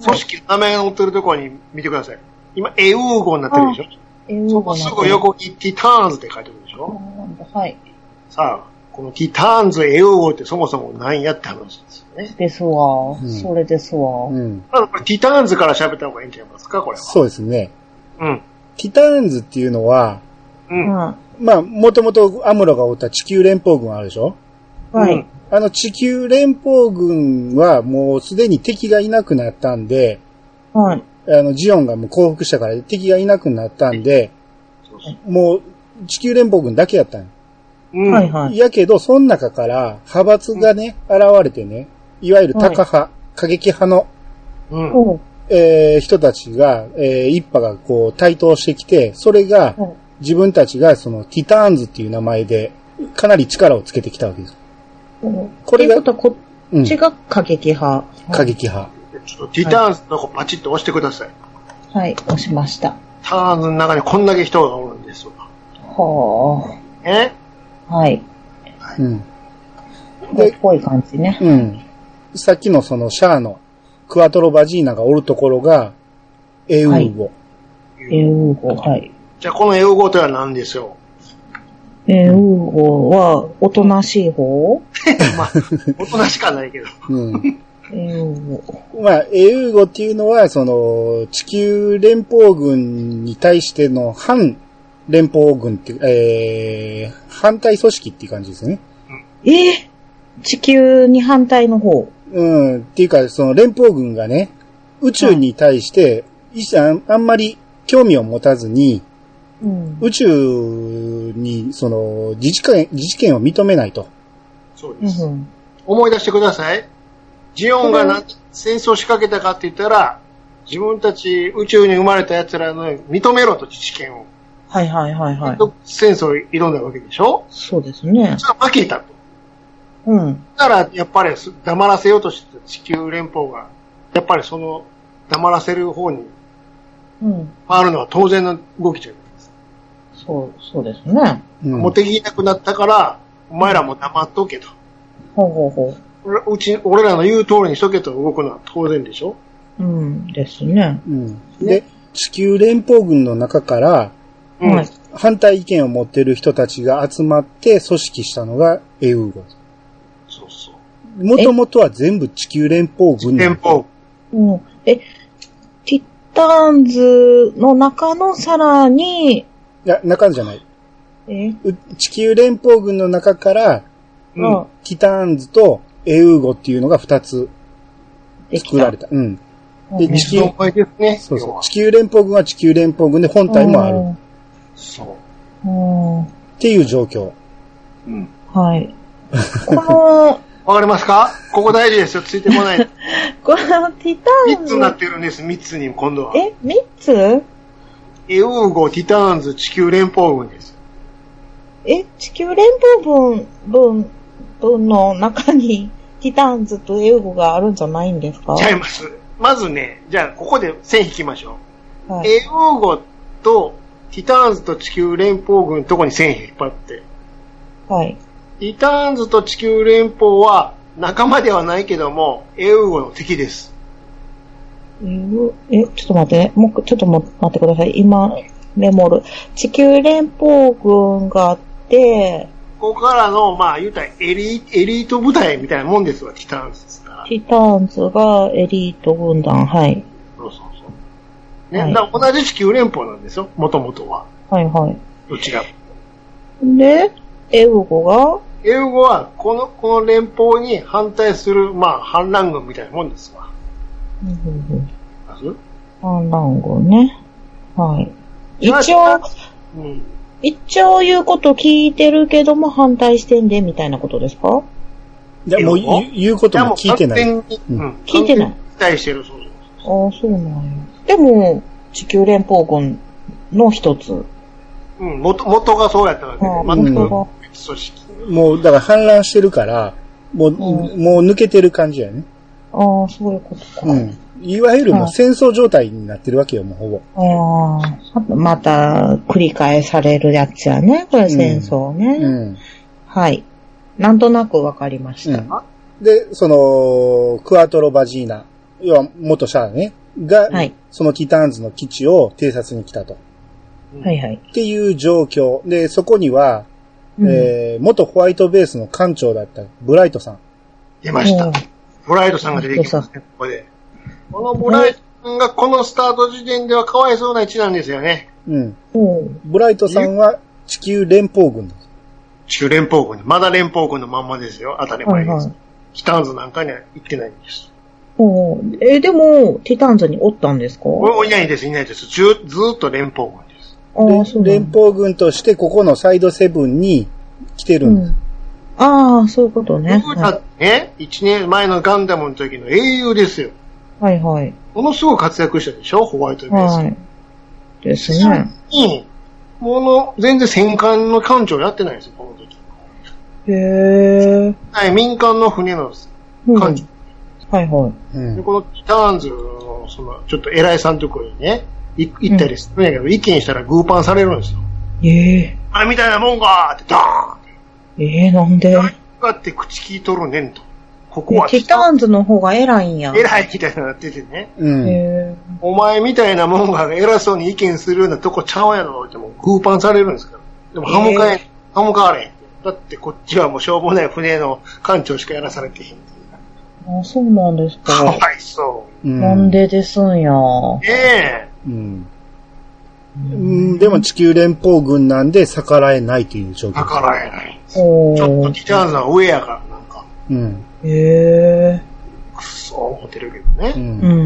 B: 組織の名前が載ってるところに見てください。今、エウーゴになってるでしょ
C: 英
B: そ
C: 語
B: こすぐ横にティターンズって書いてるでしょ
C: はい。
B: さあ、このティターンズ、エウーゴってそもそも何やって話ですよね。
C: ですわ。
A: うん
C: それですわ。
A: うん。
B: まだこれティターンズから喋った方がいいんちゃいますかこれは。
A: そうですね。
B: うん。
A: ティターンズっていうのは、
B: うん。
C: は
A: まあ、もともとアムロがおった地球連邦軍あるでしょ
C: い。は
B: うん
C: い。
A: あの地球連邦軍はもうすでに敵がいなくなったんで、
C: はい。
A: あの、ジオンがもう降伏したから敵がいなくなったんで、
B: そうそう
A: もう地球連邦軍だけやったんよ
B: うん。
C: はい。はい。
A: やけど、その中から派閥がね、現れてね、いわゆるタカ派、過激派の、
B: うん。
C: おう
A: えー人たちが、えー一派がこう台頭してきて、それが
C: はい
A: 自分たちがそのティターンズっていう名前で、かなり力をつけてきたわけです。こ
C: こ
A: れ
C: れ
A: が
C: が。ということは、こ
A: う
C: っ
A: ん。
C: ちが過激派。
A: 過激派。
B: ちょっとティターンズのとこパチッと押してください。
C: はい。押しました。
B: ターンズの中にこんだけ人がおるんですわ。
C: は
B: え
C: あ。はい。
A: うん。
C: これっぽい感じね。
A: うん。さっきのそのシャアのクアトロバジーナがおるところが、エウーゴ。
C: 英語。はい。
B: じゃあこの英語とは何でしょ
C: 英語は、おとなしい
B: う
C: 方
B: まあ、大人しかないけど。
A: うん。
C: 英語。
A: まあ、エウーゴっていうのは、その、地球連邦軍に対しての反連邦軍って、えー、反対組織っていう感じですね。
C: ええ地球に反対の方。
A: うん、っていうか、その連邦軍がね、宇宙に対して、一切あんあんまり興味を持たずに、
C: うん。
A: 宇宙に、その、自治権、自治権を認めないと。
B: そう
C: う
B: です。
C: ん。
B: 思い出してください。ジオンがなん戦争を仕掛けたかって言ったら、自分たち宇宙に生まれた奴らの認めろと知識権を。
C: はいはいはいはい。
B: 戦争を挑んだわけでしょ
C: そうですね。
B: それは負けたと。
C: うん。
B: だから、やっぱりす黙らせようとしてた地球連邦が、やっぱりその黙らせる方に
C: うん。
B: 回るのは当然の動きじゃないですか。
C: そう、そうですね。
A: うん
B: モテギなくなったから、お前らも黙っとけと。
C: ほうほうほ
B: 俺うち、俺らの言う通りにしとけと動くのは当然でしょ
C: う。うん。ですね。
A: うんで、地球連邦軍の中から、
B: うん
C: はい。
A: 反対意見を持ってる人たちが集まって組織したのがエウーゴ。
B: そうそう。
A: もともとは全部地球連邦軍な
B: 連
A: の
B: 邦。
C: うん。え、ティターンズの中のさらに、
A: いや、中じゃない。
C: え、
A: う地球連邦軍の中から、
B: うん
C: が
A: ティターンズとエウーゴっていうのが2つ
C: でき
A: 作
C: た。
A: られた。うん。
C: うん
A: で
C: うん
A: 地
B: 西
A: 球
B: のお前ですね。
A: そう
B: 要
A: そう。
B: は
A: 地球連邦軍は地球連邦軍で本体もある。
B: そ
C: うん。うん
A: っていう状況。
B: う。うん。
C: はい。この、
B: わかりますかここ大事ですよ。ついてこない。
C: このティター
B: 3
C: ン
B: つになっ
C: ズ、
B: てるんです。3つに今度は。
C: え、三つ
B: エウーゴ、ティターンズ、地球連邦軍です。
C: え、地球連邦分、分、分の中に、ティターンズとエウゴがあるんじゃないんですか
B: ちゃいます。まずね、じゃあここで線引きましょう。
C: はい。
B: エウーゴとティターンズと地球連邦軍のとこに線引っ張って。
C: はい。
B: ティターンズと地球連邦は仲間ではないけども、エウーゴの敵です。
C: エウえ、ちょっと待って、もう、ちょっとも待ってください。今、メモる。地球連邦軍があって、
B: ここからの、まあ言うたらエリエリート部隊みたいなもんですわ、ティターンズですから。
C: ティターンズがエリート軍団。はい。
B: そうそうそう。ね、
C: はい
B: だから同じ地球連邦なんですよ、もともとは。
C: はいは
B: どちらも。
C: い。で、エウゴが、
B: エウゴは、この、この連邦に反対する、まあ、反乱軍みたいなもんですわ。
C: うんうんうん
B: わかる
C: 反乱軍ね。はい。一
B: 今
C: 応、
B: うん。
C: 一応言うこと聞いてるけども反対してんで、みたいなことですか
A: いや、もう言う言うことも聞いてない。
B: やもう完全に、
A: う
B: うんん。
C: 聞いてな
B: 完
C: い
B: 全に期待してる、そうそう
C: ああ、そうなんや。でも、地球連邦軍の一つ。
B: そう。うん、元、元がそうやったわけで、
C: ああ、
A: 全く
C: 本当
B: 全
C: だ。
B: く別組織。
A: もう、だから反乱してるから、もう、
C: う
A: もう抜けてる感じやね。
C: ああ、そういうことか。
A: うん。いわゆるもう戦争状態になってるわけよ、もうほぼ。
C: ああ、また繰り返されるやつやね。これ戦争ね。
A: うん。
C: はい。なんとなくわかりまし
A: う
C: た。
A: ん。で、その、クアトロ・バジーナ、要は元シャアね、が、
C: はい
A: そのティターンズの基地を偵察に来たと。
C: はいはい。
A: っていう状況。で、そこには、
C: うん
A: えー、元ホワイトベースの艦長だったブライトさん。
B: 出ました
C: お。ー
B: ブライトさんが出てきますね、ここで。このブライトさんがこのスタート時点ではかわいそうな位置なんですよね。
A: うん。
C: おー
A: ブライトさんは地球連邦軍です。
B: 地球連邦軍に。まだ連邦軍のまんまですよ、当たり
C: は
B: 前
C: い
B: で
C: は
B: す。
C: い。
B: キターンズなんかには行ってないんです。
C: おーえーでも、ティターンズにおったんですか
B: おいないです、いないです。ずずーっと連邦軍です。
C: ああ、そうな
A: 連
C: んだ
A: 邦軍としてここのサイドセブンに来てるんです。
C: うんああ、そういうことね。
B: 僕だってね、1年前のガンダムの時の英雄ですよ。
C: はいはい。
B: ものすごく活躍したでしょ、ホワイトベース。
C: はい。ですね。
B: に、もの、全然戦艦の艦長やってないんですよ、この時。
C: へえ。
B: はい、民間の船の
C: うんは
B: 艦
C: い
B: 長。
C: はい。
A: うん
B: でこのキターンズの、その、ちょっと偉いさんのところにね、い行ったりするんやけど、意見したらグーパンされるんですよ。
C: ええ
B: あ、みたいなもんがーって、ドーンって。
C: ええなんで
B: 何かって口聞いとるねんと。ここは
C: ティターンズの方が偉いんや。
B: 偉いみたいなのなっててね。
A: うん。
C: へ
B: お前みたいなもんが偉そうに意見するようなとこちゃうやろってもうグーパンされるんですから。でも歯向かえん、歯向かわれへん。だってこっちはもうしょうもない船の艦長しかやらされてへん。
C: えあ、そうなんです
B: か
C: か。
B: わいそうう。
A: ん
C: なんでですんや。
B: ねえ。
A: うん。うんでも地球連邦軍なんで逆らえないという状況。
B: 逆らえない。ち
C: お
B: ょっと
C: ー
B: リターンズは上やから、なんか、
A: うん。
C: へえ。
B: くっそー思ってるけど
A: う
B: ね。
A: ん
C: う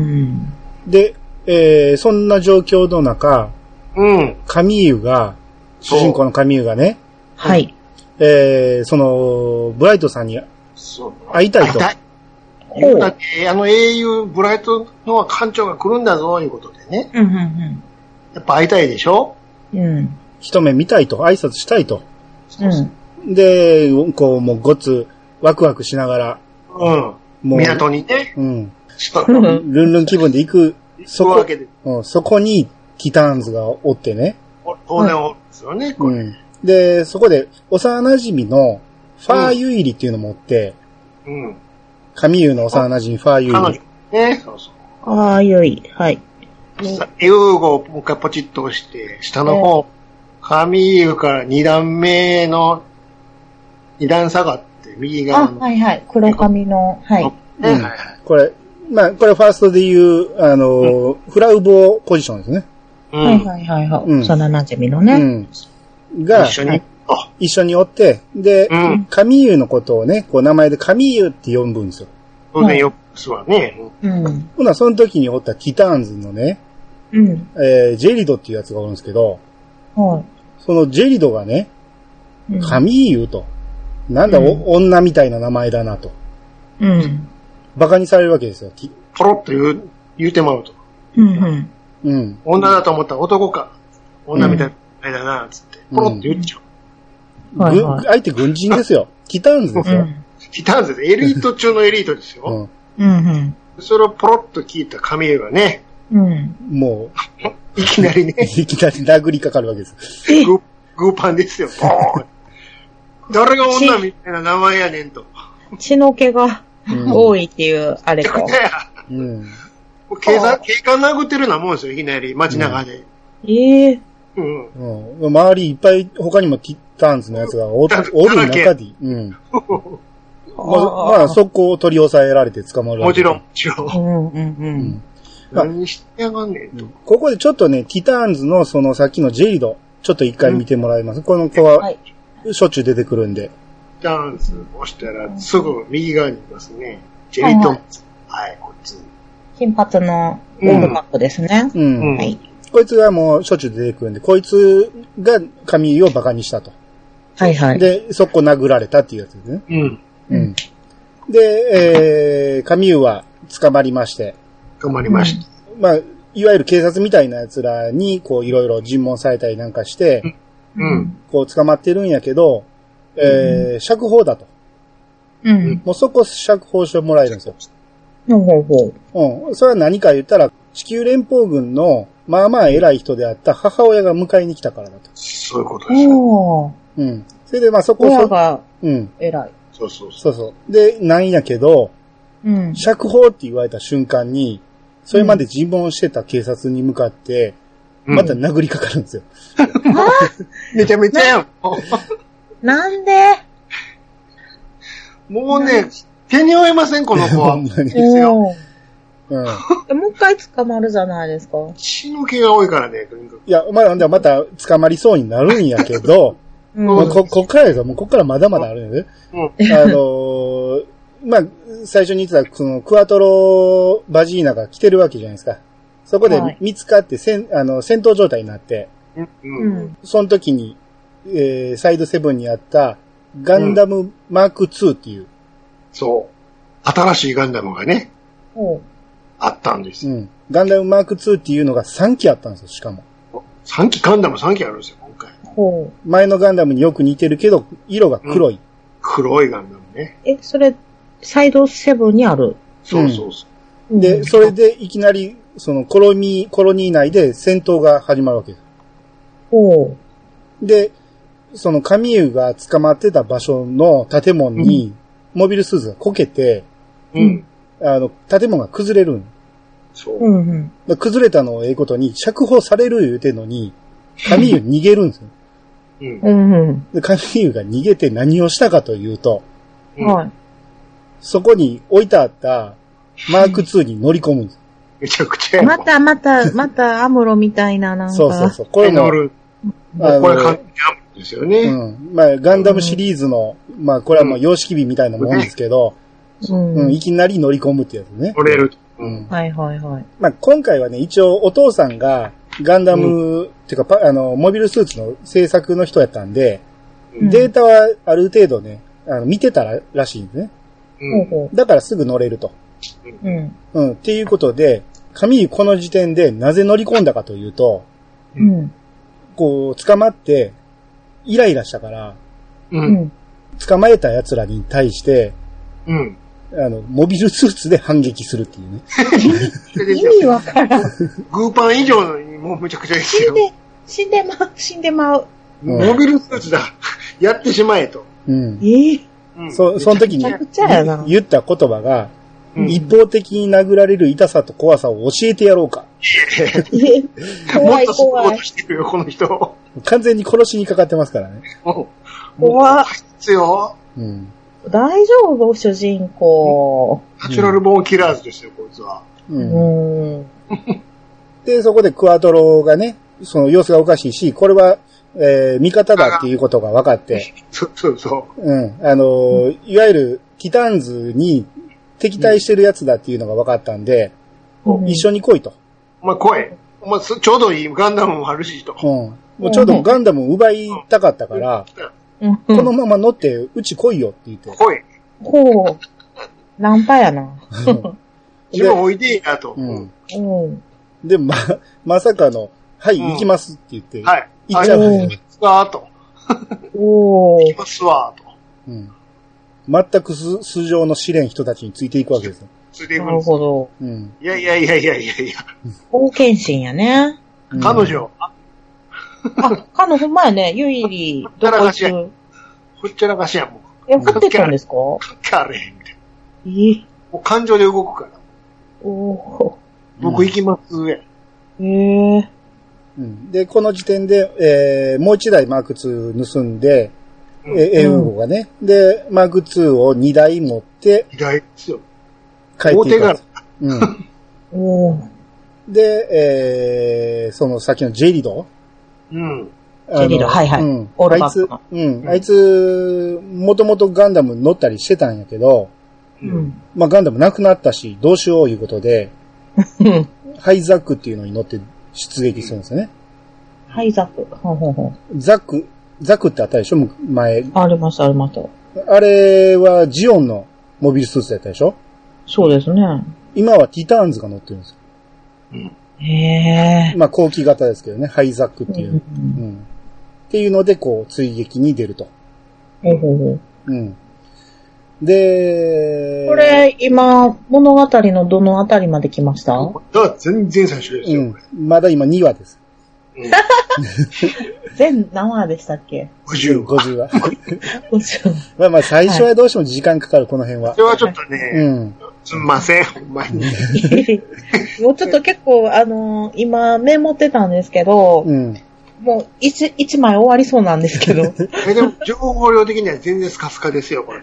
C: ん。
A: で、えーそんな状況の中、
B: うん。
A: カミーユが、主人公のカミーユがね、
C: はい。
A: えーその、ブライトさんに
B: そう。
A: 会いたいと。
B: 会
C: ほ
B: だっ
C: う。
B: て、あの英雄、ブライトの艦長が来るんだぞ、いうことでね。
C: うん、うん、
B: やっぱ会いたいでしょ
C: うん。うん。
A: 一目見たいと、挨拶したいと。
C: うん。
A: で、こう、もうごつ、ワクワクしながら、
B: うん。
A: もう、
B: 港に ね、
A: うん。
B: ちょっと
C: う
B: 行
C: ん
A: ルンルン気分で行く、そ
B: くわ
A: こ、
B: けで、
A: うん、そこに、キターンズがおってね。
B: お当然おるんですよね、こ
A: う
B: れ。
A: ん。で、そこで、幼馴染の、ファーユイリっていうのもおって、
B: うん。
A: カミユの幼馴染ファーユイ
B: 彼女
A: リ。、
B: ね、そうそう。
C: ああ、よい。はい。
B: さエウーゴをもう一回ポチッと押して、下の方、上湯から二段目の、二段下がって、右側
C: あ、
B: の。
C: はいはい。黒髪の、はい。
B: ね
A: うん
B: はいはい
A: これ、まあ、これファーストで言う、あの、フラウボーポジションですね。
B: うん
C: はいはいはいはい。
A: うん
C: 幼馴染のね。
A: うん。が
B: 一、緒に、あ、
A: 一緒におって、で
B: う、ん。
A: カミユのことをね、こう名前でカミユって呼ぶんですよ。
B: 当然よくすわね。うん
C: うん。
A: ほな、その時におったキターンズのね、
C: うん。
A: えージェリドっていうやつがおるんですけど、
C: は
A: そのジェリドがね、
C: い。うん
A: カミユと、なんだ、お
C: うん
A: 女みたいな名前だなと、
C: うん。
A: バカにされるわけですよ。き
B: ポロッと言う、言うてまうと。
C: うんうん。
A: うん。
B: 女だと思ったら男か。女みたいな名前だな、つって。ポロッと言っちゃう。
C: はい
A: 軍
C: はい
A: 相手軍人ですよ。 キターンズです
C: う
A: よ。
C: ん。
B: 来たんですエリート中のエリートです
A: う
B: よ。
A: ん。
C: うん
B: それをポロッと聞いた上湯がね、
C: うん。うん。
A: も
B: いきなり
A: う、
B: ね、
A: いきなり殴りかかるわけです。
C: え
B: グー、グーパンですよ、ポーン。誰が女みたいな名前やねんと。
C: 血の毛が
A: うん
C: 多いっていう、あれ
B: めちゃ
C: か
B: く。ちゃや。
A: うん。
B: もう警察、警官殴ってるようなもんですよ、いきなり、街中で。
C: ええ。
B: うん。
A: うん。周りいっぱい他にもキターンズのやつがおお
B: だ
A: る
B: だらけ
A: 中で、うん。まあ、まあ、
C: あ
A: 速攻を取り押さえられて捕まるわ
B: も
A: けで
B: ちろん、もちろ。
C: あうんんうん
A: あ
B: 何してやがんねんと。
A: ここでちょっとね、ティターンズのそのさっきのジェリド、ちょっと一回見てもらいます。この子
C: うん。
A: は
C: はい。
A: しょっちゅう出てくるんで。
B: ダンス押したら、すぐ右側にいますね。ジェリトンズ。はい、こっちに。
C: 金髪のロングカットですね。
A: う。
B: うんん
C: はい。
A: こいつがもうしょっちゅう出てくるんで、こいつが髪をバカにしたと。
C: はいはい。
A: で、速攻殴られたっていうやつですね。
B: うん。
A: うん。で、えー、カミューは捕まりまして、
B: 頑張りました。
A: まあ、いわゆる警察みたいな奴らに、こう、いろいろ尋問されたりなんかして、
B: うん。
A: こう、捕まってるんやけど、えー、釈放だと。
C: うん。
A: もうそこ釈放してもらえるんですよ。
C: ほうほうほう。
A: うん。それは何か言ったら、地球連邦軍の、まあまあ偉い人であった母親が迎えに来たからだと。
B: そういうことですよ。
C: おー。
A: うん。それでまあそこ
C: 親
A: そ、
C: が
A: うん。
C: 偉い。
B: そうそうそ
A: そうそう。で、なんやけど、
C: うん。
A: 釈放って言われた瞬間に、それまで尋問してた警察に向かって、
B: う。
A: また殴りかかるんですよ。
B: めちゃめちゃやん。も
C: なんで
B: うもうね、手に負えません、この 子は。
A: ほんまに
B: いいですよ。
C: おー
A: うん。
C: えもう一回捕まるじゃないですか。
B: 血の毛が多いからね、とにかく。
A: いや、まあ、また捕まりそうになるんやけど、
C: う
A: も
B: そうで
A: こ、こっからですよ。もうこっからまだまだあるんやで。
B: うん。
A: あのーまあ、最初に言ってた、その、クワトロ・バジーナが来てるわけじゃないですか。そこで
C: はい
A: 見つかって、せん、あの、戦闘状態になって、
B: うん
C: う
B: うん。
C: ん。
A: その時に、えー、サイドセブンにあった、ガンダムマーク2っていう、
B: そう。新しいガンダムがね、
C: ほ
B: あったんです
A: う
B: よ。
A: ん。ガンダムマーク2っていうのが3機あったんですよ、しかも。
B: 3機ガンダム3機あるんですよ、今回。
C: う。ほう。
A: 前のガンダムによく似てるけど、色が黒い。
B: 黒いガンダムね。
C: え、それ、サイドセブンにある。
B: そうそうそう。
C: う
A: で、
C: ん
A: それでいきなり、そのコロニー、コロニー内で戦闘が始まるわけです。
C: ほ。
A: で、そのカミユが捕まってた場所の建物に、モビルスーツがこけて、
B: うんん。
A: あの、建物が崩れるん。
B: そうう。
C: うんうん。
A: だ崩れたのをええことに、釈放される言うてんのに、カミユ逃げるんですよ。
B: うん
C: う。ん
A: で、カミユが逃げて何をしたかというと、
C: うん。はい。
A: そこに置いてあったマーク2に乗り込むんです。
B: めちゃくちゃや
C: また、また、また、アムロみたいな、なんか。
A: そうそうそう。こ
B: こ
A: れ
B: れ
A: も
B: 乗、る。
A: あの
B: これ完全にアップですよね。
A: うん。まあ、ガンダムシリーズの、まあ、これはもう様式日みたいなもんですけど、
C: う
A: うん、
C: ん。
A: いきなり乗り込むってやつね。
B: 乗れる。う。
A: うんん。
C: はいはいはい。
A: まあ、今回はね、一応お父さんが、ガンダム、っていうかパ、あの、モビルスーツの制作の人やったんで、
B: うん
A: データはある程度ね、あの見てたららしいんですね。
B: う。
C: ほうんほ
A: だからすぐ乗れると。
C: う。うん。
A: うん。っていうことで、神井この時点でなぜ乗り込んだかというと、
C: うん。
A: こう、捕まって、イライラしたから、
B: う。
C: うんん。
A: 捕まえた奴らに対して、
B: うん。
A: あの、モビルスーツで反撃するっていうね。
C: 意味わからん。
B: グーパン以上のにもうめちゃくちゃです
C: 死ん
B: よ。
C: で、死んでまう、死んでまう。
A: うん
B: モビルスーツだ。 やってしまえと。
A: うん。
C: ええ。
B: う
A: そ、その時に
C: めちゃくちゃやな
A: 言った言葉が、
B: うん
A: 一方的に殴られる痛さと怖さを教えてやろうか。
C: ええ
B: も
C: 怖
B: っ
C: い
B: とすごいこ
C: 怖い
B: と。してくるよ、この人。も
A: 完全に殺しにかかってますからね。
B: う、も
C: 怖っ
B: う必要。
A: うん。
C: 大丈夫主人公。
B: ナチュラルボーンキラーズですよ、こいつは。
A: う。
C: うんん。
A: で、そこでクアトロがね、その様子がおかしいし、これは、えー味方だっていうことが分かって、
B: そうそうそ
A: うん。あのーいわゆる、ティターンズに敵対してるやつだっていうのが分かったんで、
C: うん
A: 一緒に来いと。
B: う。お前来い。お前すちょうどいいガンダムもあるし、と。
A: うん。もうちょうどガンダムを奪いたかったから、
C: うん。
A: このまま乗って、うち来いよって言って。
B: 来い。
C: ほう。ナンパやな。
B: 自分おいでいなと。
A: うん。
C: うん。
A: で、ま、まさかの、はい、
B: うん
A: 行きますって言って、
B: はい。
A: 行っちゃうん
C: う
A: で
C: ん
A: すよ。
B: あ、と。
C: おー
B: い。ますわ、と。
A: うん。全く素素性の試練人たちについていくわけですよ。
B: 連れて
C: な
B: くるん
C: る
B: です。
C: ほど。
A: うん。
B: いやいやいやいやいやいや。
C: 冒険心やね。
A: うん
B: 彼女、あ
C: あ、かのほんまやね。ゆいり、どこ行く
B: ほっちゃらかしや、もう。
C: え、掘ってたんですか
B: 関係あれへん、みたいな。
C: え、
B: もう感情で動くから。
C: お
B: 僕行きます、や。
C: ー。えー。
A: うんで、この時点で、えーもう一台マーク2盗んで、え
B: うん
A: エウゴがね。で、マーク2を2台持って
B: 偉大ですよ。
A: 帰っていくわ
B: 大
A: けです。 うん。
C: おー。
A: で、えーその先のジェリド
B: うん。
A: あの
C: ジェリドはいはい
A: うん。
C: オール
A: あ
C: バ
A: い
C: ック
A: つ
C: の、
A: うん。あいつ、もともとガンダム乗ったりしてたんやけど、
B: う。
C: うんん。
A: まあガンダムなくなったし、どうしよういうことで、
C: うん。
A: ハイザックっていうのに乗って出撃するんですよね。
C: はい、ザック。ほんほんほん。
A: ザック、ザックってあったでしょむ前。
C: ありました、ありました。
A: あれはジオンのモビルスーツだったでしょ
C: そうですね。
A: 今はティターンズが乗ってるんですよ。
C: へえ。
A: まあ後期型ですけどね、ハイザックっ
C: う。
A: ていう。うんん。っていうので、こう、追撃に出ると。
C: ほうほうほう。
A: うん。で、
C: こ、れ、今、物語のどのあたりまで来ました
B: だから全然最初です
A: う
B: よ。
A: ん。まだ今2話です。
C: 全何話でしたっ け
B: 50
A: 50話。
B: は。
C: もちろん
A: まあまあ最初はどうしても時間かかる、この辺は
B: そ。れはちょっと
A: う
B: ね、
A: ん。
B: すんません、ほんまに。
C: もうちょっと結構、あのー今、メモってたんですけど、
A: うん。
C: もう一、一枚終わ りそうなんですけど。
B: え、でも、情報量的には全然スカスカですよ、これ。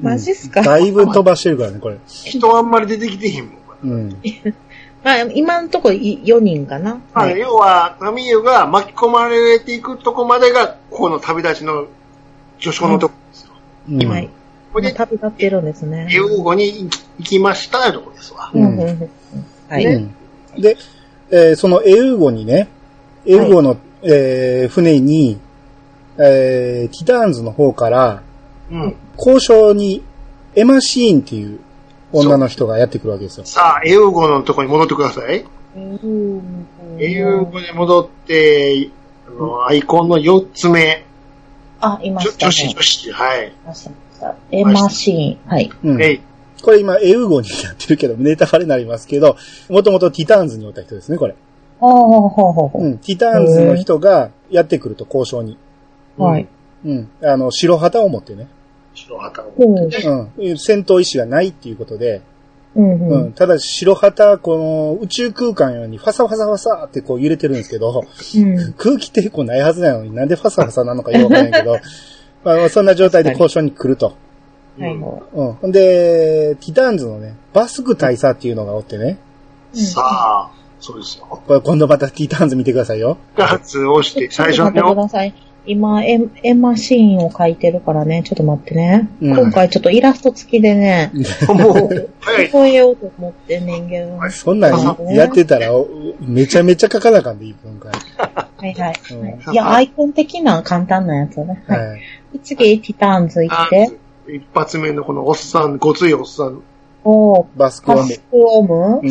C: マジっすか、
A: だいぶ飛ばしてるからね、これ。
B: 人あんまり出てきてへんもん。これ
A: うん。
C: まあ、今のところ4人かな。
B: まあ、要は、ナミユが巻き込まれていくとこまでが、この旅立ちの序章のとこですよ。
A: うん
C: はい。
B: これで、
C: 旅立ってるんですね。
B: 英語に行き行きましたよ、とこですわ。
A: う
C: うんんうんうんはい。
A: うんで、えーそのエウゴにね、エウゴの、えー船に、えーティターンズの方から、
B: うん。
A: 交渉にエマシーンっていう女の人がやってくるわけですよ。
B: さあ、英語のとこに戻ってください。英
C: うん
B: 語に戻って、あの、アイコンの4つ目。
C: あ、いま
B: 女
C: した、
B: 女
C: ね。
B: 子、女子。はい。
C: いましたいました。エマシーン。はい。
A: うん
B: えい。
A: これ今、エウゴになってるけど、ネタバレになりますけど、もともとティターンズにおった人ですね、これ。
C: ほうほうほうほ
A: うん。ティターンズの人がやってくると、交渉に。
C: う。はい。
A: うん。あの、白旗を持ってね。
B: 白旗を。
C: ほう。
A: うん。戦闘意志がないっていうことで、
C: うんう。
A: うんん、ただ白旗、この宇宙空間のようにファサファサファサってこう揺れてるんですけ ど、
C: うん。
A: 空気抵抗ないはずなのになんでファサファサなのかよくわかんないけ ど、まあ、そんな状態で交渉に来ると。
C: はい
B: うん
C: は
A: うん。で、ティターンズのね、バスク大佐っていうのがおってね、
C: うん
B: さあ、そうですよ。
A: これ今度またキーターンズ見てくださいよ。
B: ガッツ押して、最初
C: ちょっと待って く
B: の、
C: ださい。今、エンエンマシーンを描いてるからね、ちょっと待ってね。
A: うん
C: 今回ちょっとイラスト付きでね、
B: もう、早い。
C: 聞こえようと思ってんねんけど。は
B: はいい
A: そんなんやってたら、おめちゃめちゃ書かなあかんで、いい分解。
C: はい。は
A: うん
C: いいや、アイコン的な簡単なやつね。はい。
A: はい。
C: 次、ティターンズ行っ
B: あ
C: て。
B: 一発目のこのおっさん、ごついおっさん。
C: おー、
A: バスコ
C: パ
A: は
C: スクオム
A: う、ん。
B: はい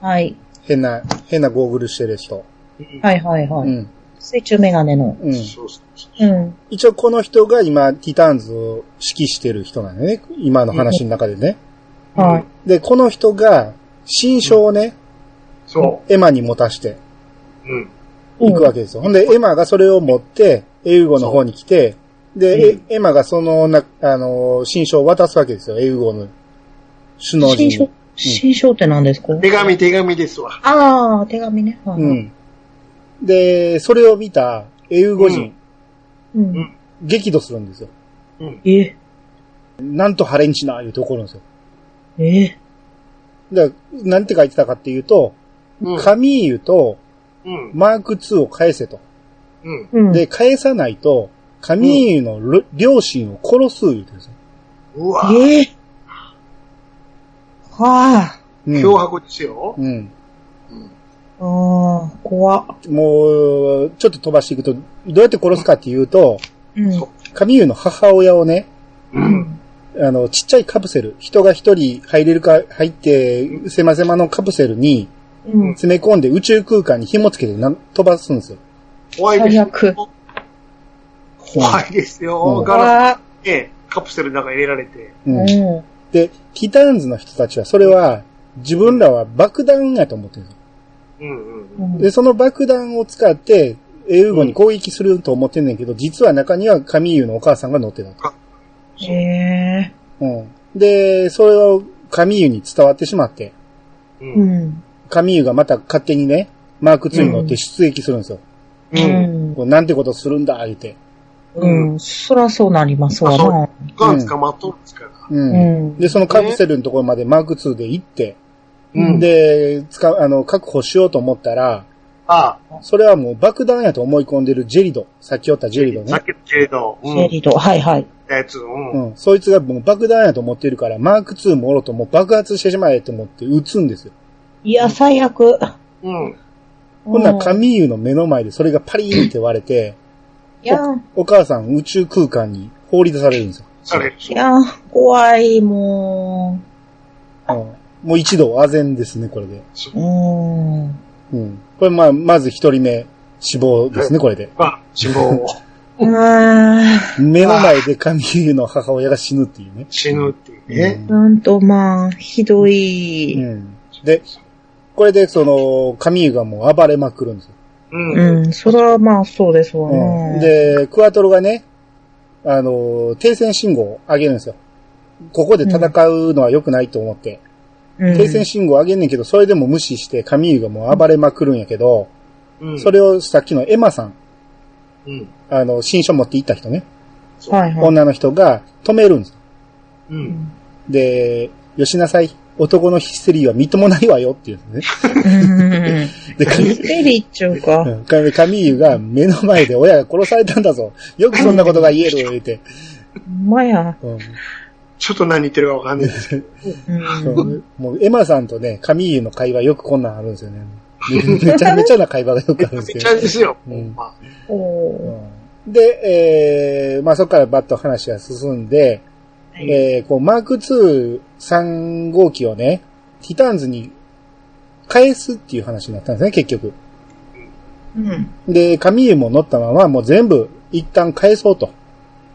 C: はい。
A: 変な、変なゴーグルしてる人。
C: はいはいは
A: う
C: い。
A: ん。
C: 水中メガネの。
A: うん。
B: そうそうそう。
C: うん。
A: 一応この人が今、ティターンズを指揮してる人なんだよね。今の話の中でね。
C: は
B: うん
C: い。
A: で、この人が、新書をね、
B: そ
A: エマに持たして
B: う。うん。
A: いくわけですよ。ほんで、エマがそれを持って、エウゴの方に来て、で、
B: うん
A: エエマがそのな、あのー、新書を渡すわけですよ。エウゴの首脳陣
C: 新
A: に。
C: 書、新書って何ですか
B: 手紙、手紙ですわ。
C: ああ、手紙ね。はいは
A: う
C: い
A: ん。で、それを見たエウゴ人、
C: うん
B: うん
A: 激怒するんですよ。
B: うん。
C: え、
A: なんとハレンチな、言うて怒るんですよ。
C: え、
A: だから、なんて書いてたかっていうと、
B: うん。
A: カミーユと
B: うん。
A: マーク2を返せと。
B: うん。
C: うん。
A: で、返さないと、カミーユのろ両親を殺す、言うてるんですよ。
B: うわぁ、
C: ええは
A: うん
B: 脅迫ですよ。
A: うん。
C: あ、ああ、怖っ。
A: もう、ちょっと飛ばしていくと、どうやって殺すかっていうと、
C: うん。
A: カミーユの母親をね、
B: うん。
A: あの、ちっちゃいカプセル、人が一人入れるか、入って、狭々のカプセルに
C: うん。
A: 詰め込んで宇宙空間に紐つけてな飛ばすんですよ。
B: 怖いですよ。
C: 最悪
B: 怖いです
A: う
B: よ。
A: ん
B: ガラ
C: 怖っ。
B: スでカプセルの中に入れられて。
A: う。
C: うんん。
A: で、ティターンズの人たちは、それは、自分らは爆弾やと思ってるんですよ
B: うんうん
C: う
B: うん。
C: ん
A: で、その爆弾を使って、エウゴに攻撃すると思ってんねんけど、実は中にはカミーユのお母さんが乗ってたと。
C: ええ
A: うん。で、それをカミーユに伝わってしまって、
B: う。
C: うんん。
A: カミーユがまた勝手にね、マーク2に乗って出撃するんですよ。
C: う
B: うん。
C: ん
A: こ。うなんてことするんだ、言うて。
C: うん。そらそうなりますわな。
B: ガン捕まっとるんですから。
A: う。
C: うんん。
A: で、そのカプセルのところまでマーク2で行って、
B: うん。
A: で、使う、あの、確保しようと思ったら、
B: あ
A: それはもう爆弾やと思い込んでるジェリド。さっきおったジェリド
B: あ、さ
A: ね
B: っ。きのジェリド、う
C: シ
B: ん、
C: ェリド。はいはい。
B: やつ、うん。
A: うん。そいつがもう爆弾やと思ってるから、マーク2もおろともう爆発してしまえと思って撃つんですよ。
C: いや、最悪。
B: うん。
A: ほんならカミーユの目の前でそれがパリーンって割れて、
C: いや、
A: お母さん宇宙空間に放り出されるんですよ。
B: あれ、
C: いや、怖い、も
A: うん、もう一度あぜんですね、これで。
C: う。うん。
A: うん。これまあ、まず一人目、死亡ですね、これで。
B: まあ、死亡、
C: うん。
A: 目の前でカミーユの母親が死ぬっていうね。
B: 死ぬっていうね。
C: なんとまあ、ひど
A: うん。
C: い。
A: うん。で、これでその、カミーユがもう暴れまくるんですよ。
B: うん。
C: う
B: うん。
C: ん。それはまあ、そうですわ
A: う
C: な。
A: ん。で、クワトロがね、あのー、停戦信号を上げるんですよ。ここで戦うのは良くないと思って。
C: うん、
A: 停戦信号を上げんねんけど、それでも無視して、カミーユがもう暴れまくるんやけど、
B: うん。
A: それをさっきのエマさん、
B: うん。
A: あの、新書持って行った人ね、
C: はいはい。
A: 女の人が止めるんです。
B: う。
C: うんん
A: で、よしなさい、男のヒステリーは認もないわよっていうんです
C: うん
A: ね。で、カミ
C: ミステリーっちゅうか。
A: うんカミーユが目の前で親が殺されたんだぞ。よくそんなことが言える、言うて。
C: ほんまや。
A: うん
B: ちょっと何言ってるかわかんないですけど。
C: うん。
A: もう、エマさんとね、カミーユの会話よくこんなんあるんですよね。 めちゃめちゃな会話がよくあるん
B: め
A: です
B: ち
A: け
B: ゃ
A: ど
B: めち ゃ。ですよ。
A: うん
B: まあ、
A: う
C: おー
A: んで、えー、まあ、そこからバッと話は進んで、
C: はい
A: えー、こう、マーク2、3号機をね、ティターンズに返すっていう話になったんですね、結局。
C: うん。
A: で、カミーユも乗ったまま、もう全部、一旦返そうと。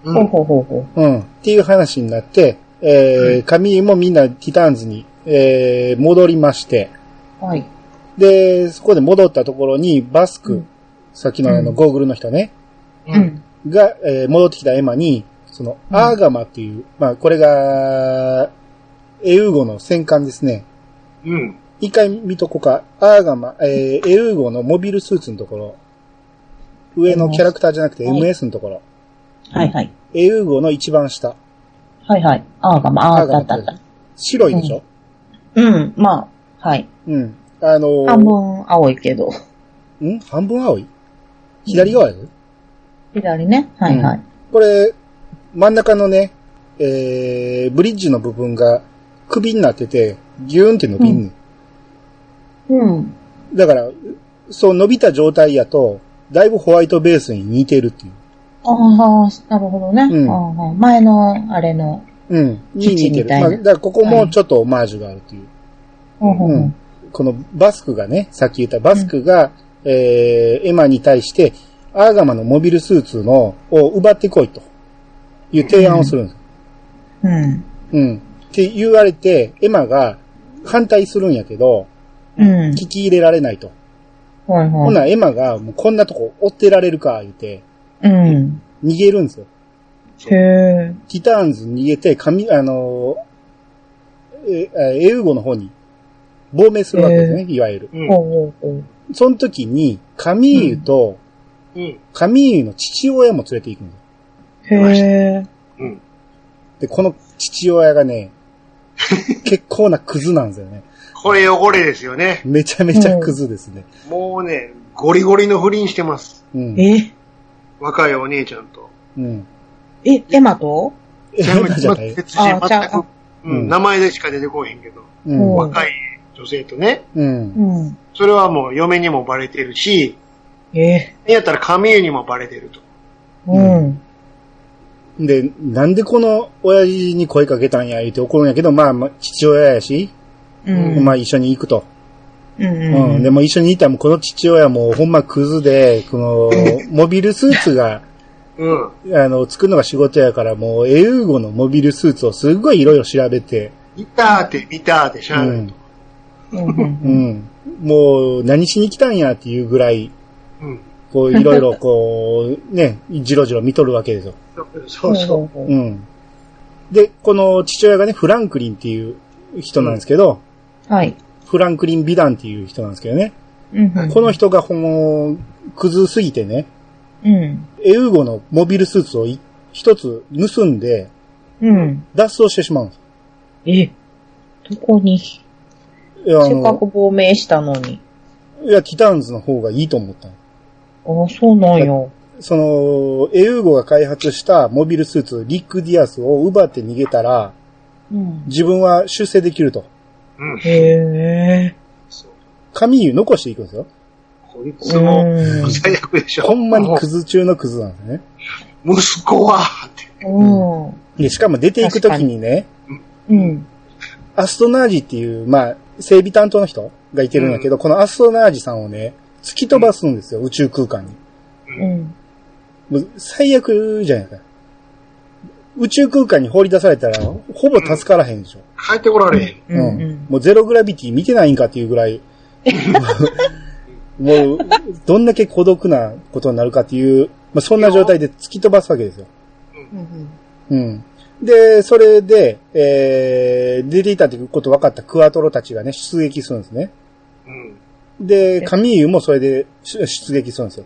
B: う。
C: ほうんほうほうほ
A: うん。っていう話になって、えー、カミーユもみんなティターンズに、えー、戻りまして、
C: う。はい。
A: で、そこで戻ったところに、バスク、
C: うん
A: さっきのあの、
C: うん
A: ゴーグルの人ね、
B: う。
C: うんん。
A: が、えー戻ってきたエマに、その、
C: うん
A: アーガマっていう、まあ、これが、エウゴの戦艦ですね。
B: うん。
A: 一回見とこか、アーガマ、えーエウゴのモビルスーツのところ、上のキャラクターじゃなくて
C: はい
A: MS のところ、
C: はいはい。
A: エウゴの一番下、
C: はいはい。あーがまあ、あ
A: あー
C: ー
A: が
C: だ
A: ま
C: ったった。
A: 白いでしょ、
C: うん。まあ、はい。
A: うん。あのー
C: 半分青いけど。
A: ん半分青い左側やで、
C: 左ね。はいはい。
A: これ、真ん中のね、えー、ブリッジの部分が首になってて、ギューンって伸びんねん
C: うん。
A: だから、そう伸びた状態やと、だいぶホワイトベースに似てるっていう。
C: ああ、なるほどね。
A: うん
C: ああ前の、あれの。
A: うん。に似て
C: 基地
A: る。
C: みたい
A: ま
C: な
A: あ、だからここもちょっとオマージュがあるっていう。
C: うんうん
A: うんこのバスクがね、さっき言ったバスクが、えー、エマに対して、アーガマのモビルスーツの、を奪ってこいと、いう提案をするんです。
C: うん。
A: うん。って言われて、エマが反対するんやけど、
C: うん。
A: 聞き入れられないと。
C: はい
A: ほん
C: は
A: ならエマが、もうこんなとこ追ってられるか、言って、
C: い。うん。
A: 逃げるんですよ。
C: へえ。
A: ティターンズに逃げて、神、あのーえ、えエウゴの方に亡命するわけですね、いわゆる。
B: うん。
C: ほうほうほう。
A: その時に、カミーユと、
B: うん。
A: カミーユの父親も連れて行くんですよ。
C: へえ。
B: うん。
A: で、この父親がね、結構なクズなんですよね。
B: これ汚れですよね。
A: めちゃめちゃクズですね。
B: もうね、ゴリゴリの不倫してます。
A: うん。
C: え、
B: 若いお姉ちゃんと。
A: うん。
C: え、エマと
A: え、変なじゃない
B: 別人
C: あちゃ
B: 全
C: う
B: く、う
A: うん
B: ん、名前でしか出てこへんけど、
A: うん
C: うん
B: 若い女性とね、
A: うん。
C: うん。
B: それはもう嫁にもバレてるし、
C: え、
B: やったら神湯にもバレてると。
C: うん。
A: で、なんでこの親父に声かけたんや言うて怒るんやけど、まあ、まあ父親やし、
C: うん。
A: まあ一緒に行くと。
C: うん
A: うん。
C: うん。
A: でも一緒にいたらもうこの父親もほんまクズで、この、 モビルスーツが、
B: うん。
A: あの、作るのが仕事やから、もう、エウーゴのモビルスーツをすっごいいろいろ調べて、
B: 見たーって見たーってし
A: う
B: ゃあない
A: ん
B: と。。
C: うんうん
A: う
C: うん
A: ん。もう、何しに来たんやっていうぐらい、
B: うん。
A: こう、いろいろこう、ね、じろじろ見とるわけですよ。
B: そうそう。
C: ほうほう
A: うん。で、この父親がね、フランクリンっていう人なんですけど、
C: はい。
A: フランクリン・美談っていう人なんですけどね。
C: うんうん
A: この人が、この、クズすぎてね、
C: うん。
A: エウーゴのモビルスーツをい一つ盗んで、
C: うん。
A: 脱走してしまうんです。
C: え、どこにせ
A: いや、あ
C: っかく
A: の、
C: 亡命したのに。
A: いや、ティターンズの方がいいと思ったの
C: ああ、そうなんよ。
A: その、エウーゴが開発したモビルスーツ、リック・ディアスを奪って逃げたら、
C: うん。
A: 自分は出世できると。
B: うん。
C: へえ。
B: そう
A: 神湯残していくんですよ。
B: こいつも
C: う、ん
B: 最悪でしょ。
A: ほんまにクズ中のクズなんですね。
B: 息子は、って。
C: うん。
A: で、しかも出ていくときにね、
C: うん。
A: アストナージっていう、まあ、整備担当の人がいてるんだけど、このアストナージさんをね、突き飛ばすんですよ、宇宙空間に。
C: うん。
A: もう最悪じゃないか。宇宙空間に放り出されたら、ほぼ助からへんでしょ。
B: 帰ってこられへん。
C: うん。
A: もうゼログラビティ見てないんかっていうぐらい、もう、どんだけ孤独なことになるかっていう、まあ、そんな状態で突き飛ばすわけですよ。う
C: うん。
A: ん。で、それで、えー、出ていたってこと分かったクワトロたちがね、出撃するんですね。
B: うん。
A: で、カミーユもそれで出出撃するんですよ。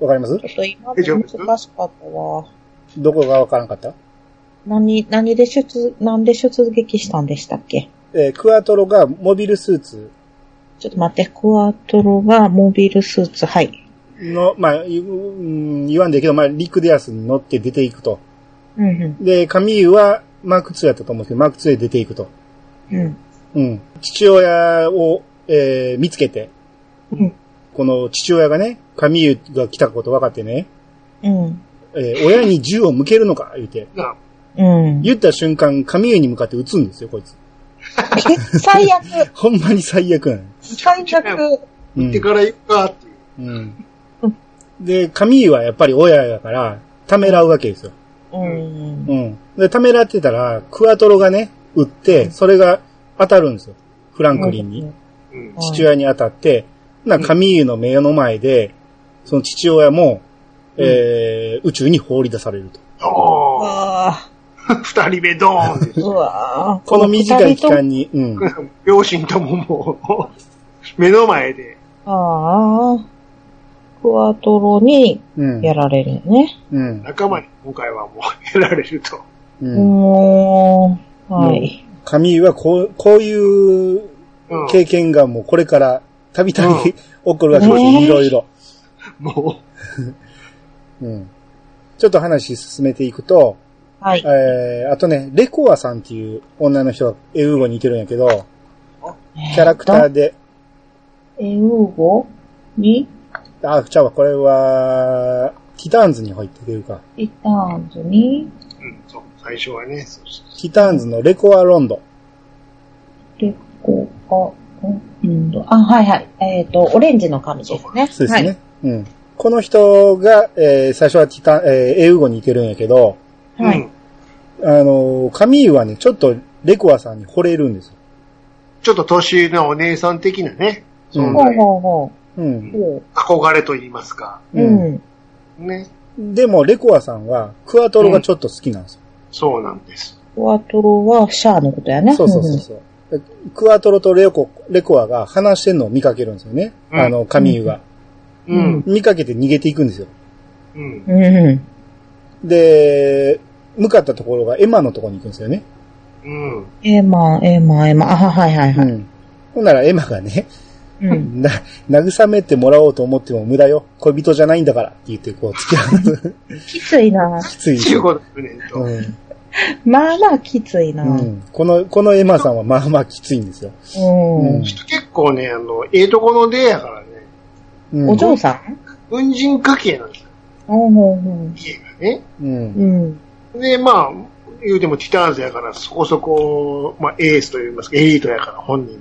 A: わかります
C: ちょっと今の難しかったわ。
A: どこがわからんかった
C: 何、何で出、なんで出撃したんでしたっけ
A: えー、クワトロがモビルスーツ
C: ちょっと待って、クワトロがモビルスーツ、はい。
A: の、まあ、いうん言わんでいいけど、まあ、リクデアスに乗って出ていくと。
C: うんう
A: で、カミーユはマーク2やったと思うんですけど、マーク2で出ていくと。
C: ん。うん。
A: うん。父親を、えー、見つけて、
C: うん
A: この父親がね、カミーユが来たこと分かってね、
C: うん。
A: えー親に銃を向けるのか言って、
B: な、
C: うん。
A: 言った瞬間、カミーユに向かって撃つんですよ、こいつ。
C: え最悪
A: ほんまに最悪なの。
C: 最悪
A: う
B: 行って
A: ん
B: から行くかっていう。
A: うん。で、カミーユはやっぱり親やから、ためらうわけですよ。
C: うん。
A: うん。で、ためらってたら、クワトロがね、撃って、それが当たるんですよ。フランクリンに。
B: うん。
A: 父親に当たって、な、カミーユの目の前で、その父親も、えー宇宙に放り出されると。
C: う
B: おー。
C: わ
B: 二人目ドーンって
C: ぁ。うわぁ。
A: この短い期間に、うん。
B: 両親とももう、目の前で。
C: ああ。クワトロに
A: うん。
C: やられるね。
A: うん。
B: 仲間に今回はもうやられると。
A: うん。
C: もう、はい。
A: 神井はこう、こういう
B: うん。
A: 経験がもうこれからたびた
B: うん
A: び 起こるわけですよ、
C: ねえ
A: いろいろ。
B: も
A: うん。ちょっと話進めていくと、
C: はい。
A: えー、あとね、レコアさんっていう女の人がエウーゴに似てるんやけど、キャラクターで、
C: えー、ウーゴに
A: あ、ちゃうわ、これは、ティターンズに入ってるか。
C: リターンズに、
B: う、うん、そう、最初はね、そうそう
A: ティターンズのレコアロンド。
C: レコア、うんと、あ、はいはい。えっ、と、オレンジの髪ですね。
A: そうですね。
C: はい
A: うん。この人が、えー最初はティターン、えーエウーゴに似てるんやけど、
B: そう。
C: はい
B: うん。
A: あのーカミーユはね、ちょっとレコアさんに惚れるんですよ。
B: ちょっと年のお姉さん的なね、
A: うん
B: 存
C: ほう
B: 在、
C: ほうほ
A: うん
C: う。。ほ
B: 憧れと言いますか。
C: う。うん。
B: ね。
A: でも、レコアさんは、クワトロがちょっと好きなんですよ。
B: そうなんです。
C: クワトロはシャアのことやね。
A: そうそうそうそう。クワトロとレコレコアが話してんのを見かけるんですよね。
B: うん
A: あの、カミーユが。
B: う。
C: うん
A: 見かけて逃げていくんですよ。
B: うん。
C: うん。う
A: で、向かったところがエマのところに行くんですよね。
B: うん。
C: ん。エマ、エマ、エマ。あ、はいはいは
A: う
C: い。
A: ん。ほんならエマがね、
C: うん。
A: な、慰めてもらおうと思っても無駄よ。恋人じゃないんだからって言ってこう、付き合う。
C: きついな。
A: きつい。
B: 15年と。
A: うん。
C: まあまあきついな。
A: う
C: うん。
A: ん。この、このエマさんはまあまあきついんですよ。うん
B: 結構ね、あの、ええとこの出やからね、
A: うん
C: お嬢さん
B: 軍人家系なんですよ、
C: うんうん
B: 家がね。
A: うん。
C: うん。うん。
B: で、まあ、言うてもティターンズやから、そこそこ、まあ、エースと言いますか、エリートやから、本人も。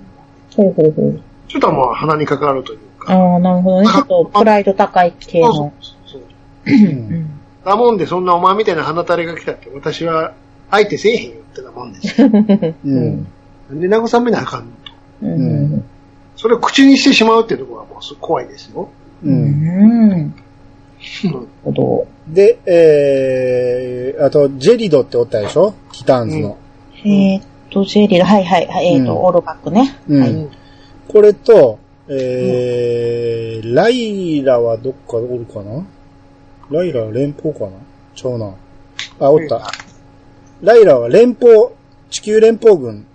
C: ほうほうほう。
B: ちょっとまあ、鼻にかかるというか。
C: ああ、なるほどね。ちょっとプライド高い系
B: そうそ
C: の
B: う。そう。
A: うん
C: ん。
B: だもんで、そんなお前みたいな鼻垂れが来たって、私は、相手せえへんよってなもんですよ。
A: うん。
B: なんで慰めなあかんのと。
C: うん。
B: それを口にしてしまうっていうところはもうす怖いですよ。
A: う。
C: うんん。なる
B: うん
C: ほど。
A: で、えー、あと、ジェリドっておったでしょティターンズの。
C: えーっと、ジェリル、はいはい、はいえーっと、
A: うん
C: オールバックね。
A: うん
C: はい。
A: これと、えー、ライラはどっかおるかなライラは連邦かなちゃうな。あ、おった。ライラは連邦、地球連邦軍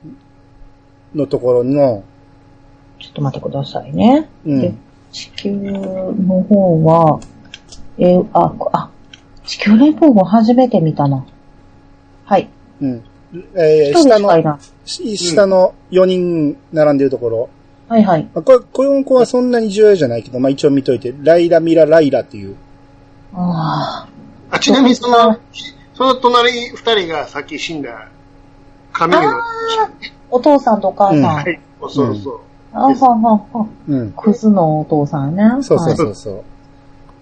A: のところの、
C: ちょっと待ってくださいね。
A: うん
C: で地球の方は、えーあ、こあ、地球連邦軍初めて見たな。はい。
A: うん。えー、
C: 一人
A: 下
C: しかい
A: の、
C: な
A: し下の4人並んでるところ。
C: い。はいはい。
A: まあ、これ、この子はそんなに重要じゃないけど、まあ一応見といて、ライラミラライラっていう。
C: ああ。
B: あちなみにその、その隣二人がさっき死んだ、神の、
C: お父さんとお母さん。
A: うん
C: あ
B: はい、そうそうそう。
C: ははは。
A: うん。
C: クズのお父さんね。
A: そうそう
C: は
A: そうそう。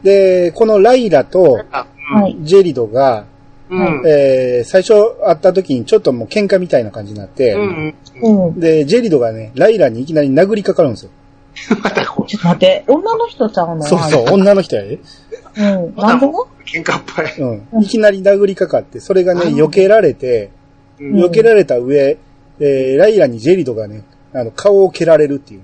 A: で、このライラと
B: あ
C: い。はい。
A: ジェリドが、
B: うん。うん
A: えー最初会った時にちょっともう喧嘩みたいな感じになって、
B: うん。
C: うん。
A: で、ジェリドがね、ライラにいきなり殴りかかるんですよ。
B: またこう、
C: ちょっと待って、女の人ちゃうの
A: そうそう、女の人やで。
C: う。うん。なんでね
B: 喧嘩っぱい。
A: うん。いきなり殴りかかって、それがね、
B: あ
A: 避けられて、
B: うん
A: 避けられた上、えーライラにジェリドがね、あの、顔を蹴られるっていう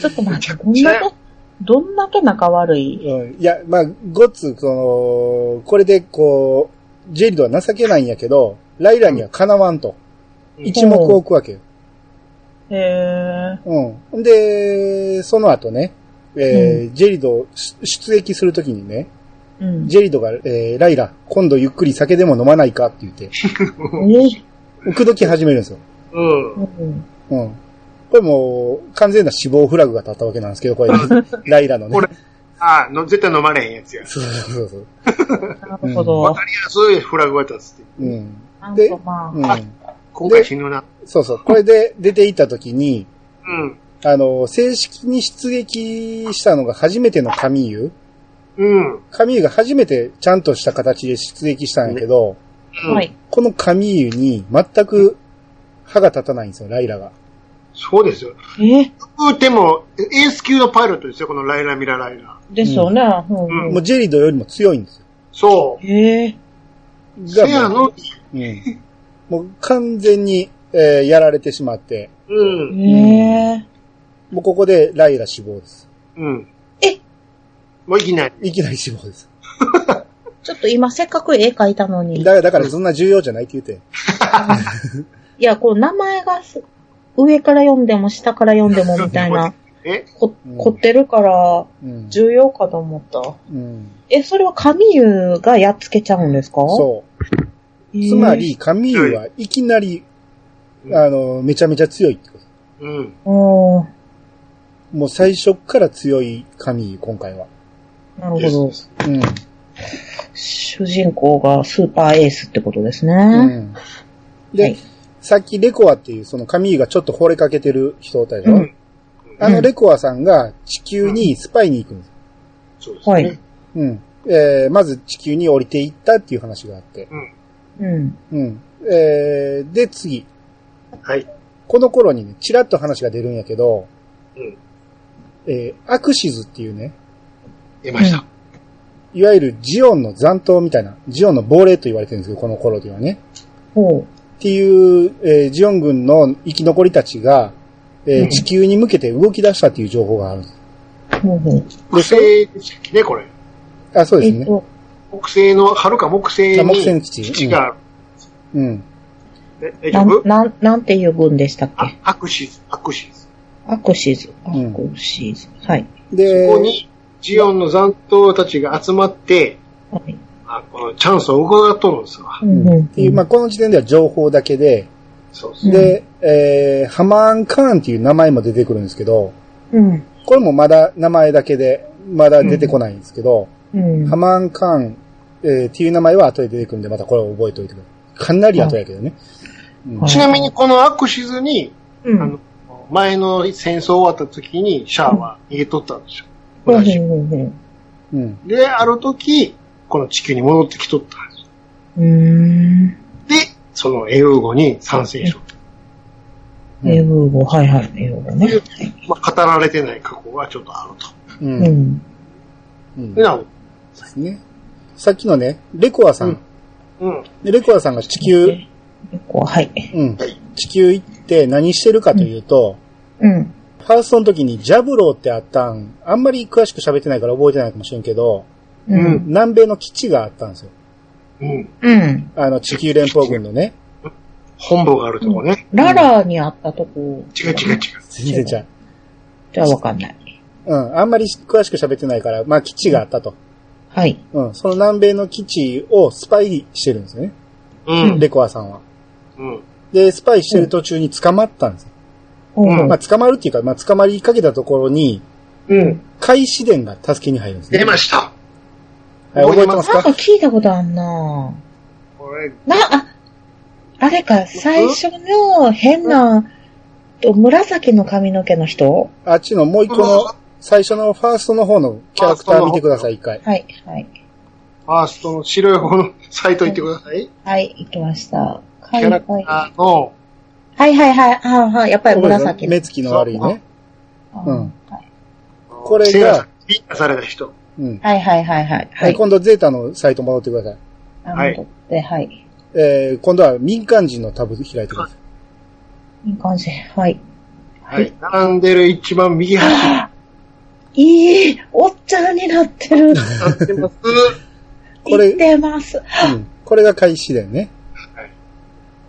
C: ちょっと 待って、どんだけ、どんだけ仲悪い。
A: ね、うん。いや、まあ、ごっつ、その、これでこう、ジェリドは情けないんやけど、ライラにはかなわんと。
B: うん
A: 一目置くわけよ。
C: へえ。
A: うん。で、その後ね、えージェリドをし出撃するときにね、
C: うん。
A: ジェリドが、えーライラ、今度ゆっくり酒でも飲まないかって言 って、
C: え
A: 口説き始めるんですよ。
B: うん。
C: うん。
A: うん。これもう、完全な死亡フラグが立ったわけなんですけど、 これ、ライラのね
B: こ。れ、ああ、の絶対飲まれへんやつや。
A: そうそうそう。
C: なるほど
B: わ。かりやすいフラグが立つって。
A: うん。
C: なん
A: で
C: かまあ、
A: うん。
B: 今回死ぬな。
A: そうそう。これで出て行った時に、
B: うん。
A: あの、正式に出撃したのが初めてのカミーユ。
B: うん。
A: カミーユが初めてちゃんとした形で出撃したんやけど、
B: うん
C: はい。
A: このカミーユに全く歯が立たないんですよ、ライラが。
B: そうですよ。
C: え
B: 言うても、エース級のパイロットですよ、このライラ・ミラ・ライラ。
C: ですよね。うん
B: うん
A: もうジェリドよりも強いんですよ。
B: そ
C: ええ。
B: う。
A: が
B: せ
A: も
B: や
A: う
B: のに、
A: うん、もう完全に、えーやられてしまって、
B: うん。
C: ええ。
A: もうここでライラ死亡です。
B: うん。
C: え
B: もういきなり。
A: いきなり死亡です。
C: ちょっと今せっかく絵描いたのに。い
A: だから、だからそんな重要じゃないって言うて。
C: や、こう名前がす上から読んでも下から読んでもみたいな、
B: え
C: こ
A: うん
C: 凝ってるから
A: うん。
C: 重要かと思った。
A: うん。
C: え、それは神湯がやっつけちゃうんですか
A: そう。
C: う
A: つま、り、神湯はいきなり、
B: うん
A: あの、めちゃめちゃ強いってこと。
B: うん。
C: おー
A: もう最初っから強い神湯、今回は。
C: なるほど。
A: うん。
C: 主人公がスーパーエースってことですね。
A: うん。で、
C: はい
A: さっきレコアっていう、その神湯がちょっと惚れかけてる人だよ。
B: うん
A: あのレコアさんが地球にスパイに行くんです。
B: そうですね。
C: はい
A: うん。えー、まず地球に降りていったっていう話があって。
C: うん。
A: うん。えー、で、次。
B: はい。
A: この頃にね、ちらっと話が出るんやけど、
B: うん。
A: えー、アクシズっていうね、
B: 出ました。
A: いわゆるジオンの残党みたいな、ジオンの亡霊と言われてるんですけど、この頃ではね。
C: ほ
A: っていう、えージオン軍の生き残りたちが、えー
B: うん
A: 地球に向けて動き出したっていう情報があるんです。
C: う。ほうほう。
B: 木星でしたっけね、これ。
A: あ、そうで
C: え
A: す
C: っ
A: ね。
C: と、
B: 木星の、遥か木星
A: あ木星の
B: に
A: 基地
B: 基地がある。
A: うん。
B: え大丈
C: な
B: 夫
C: ん、なん、なんていう文でしたっ
B: あ
C: け
B: アクシズ、アクシズ。
C: アクシズ。ア
A: うん
C: クシズ。はい。
A: で、
B: ここに、ジオンの残党たちが集まって、
C: はい。
B: あこのチャンスを伺っとるんですわ。
C: うんうん
A: っていう、まあ、この時点では情報だけで、
B: そうそう。
A: で、えー、ハマーン・カーンっていう名前も出てくるんですけど、
C: うん。
A: これもまだ名前だけで、まだ出てこないんですけど、
C: うん
A: ハ。マーン・カーン、えーっていう名前は後で出てくるんで、またこれを覚えておいてください。かなり後やけどね。うん
C: はい
B: ちなみにこのアクシズに、
C: うん
B: あの、前の戦争終わった時にシャアは逃げとったんですよ。
C: ほうほう
B: 同じ
C: ほうほ
A: うん。
B: で、ある時、この地球に戻ってきとったんですよ。
C: う。うーん。
B: で、そのエウーゴに参戦しとった。
A: うん
C: 英語、はいはい。英語ね。
B: まあ、語られてない過去がちょっとあると。
A: う。
C: うんん。
A: うん。で
B: で、なお、
A: すね。さっきのね、レコアさん。
B: うんうん。
A: でレコアさんが地球、
C: こう、はい。
A: うん。地球行って何してるかというと、
C: うん。
A: ファーストの時にジャブローってあったん、あんまり詳しく喋ってないから覚えてないかもしれんけど、
C: う。
B: うんん
A: 南米の基地があったんですよ。
B: うん。
C: うん。
A: あの、地球連邦軍のね。
B: 本部があるとこね。
C: ララにあったとこ。
B: 違う違う違う。
A: 全然ちゃう。
C: じゃあわかんない。
A: うん。あんまり詳しく喋ってないから、まあ基地があったと。
C: はい。
A: うん。その南米の基地をスパイしてるんですよね。
B: うん。
A: レコアさんは。
B: うん。
A: で、スパイしてる途中に捕まったんですよ。
C: ほうほう
A: まあ捕まるっていうか、まあ捕まりかけたところに、
B: うん。
A: 海紫伝が助けに入るんですね。
B: 出ました。
A: はい、覚えてます
C: なんか
A: か
C: 聞いたことあんなぁ。
B: これ、
C: な、あ、あれか、最初の変な、と紫の髪の毛の人
A: あっちのもう一個の、最初のファーストの方のキャラクター見てください、一回。
C: はい、はい。
B: ファーストの白い方のサイト行ってください。
C: はい、行きました。
B: キ
C: は
B: ャ
C: い、は
B: ラ
C: い
B: ク。ターの、
C: はい、はい、はい、はい、はい、やっぱり紫
A: 目つきの悪いね。
C: あ
A: うん
C: はい
A: これが
B: セーラさん、ビンタされた人。
A: うん。
C: はい、はい、はい、はい。
A: は、
C: はいい。
A: 今度ゼータのサイト戻ってください。
B: はい
C: で、はい。
A: えー、今度は民間人のタブ開いてください。
C: いい感じ。はい。
B: はい。並んでる一番右端に
C: いい、おっちゃんになってる。
B: 立ってます。
A: これ
C: 行ってます。
A: うん。これが開始だよね。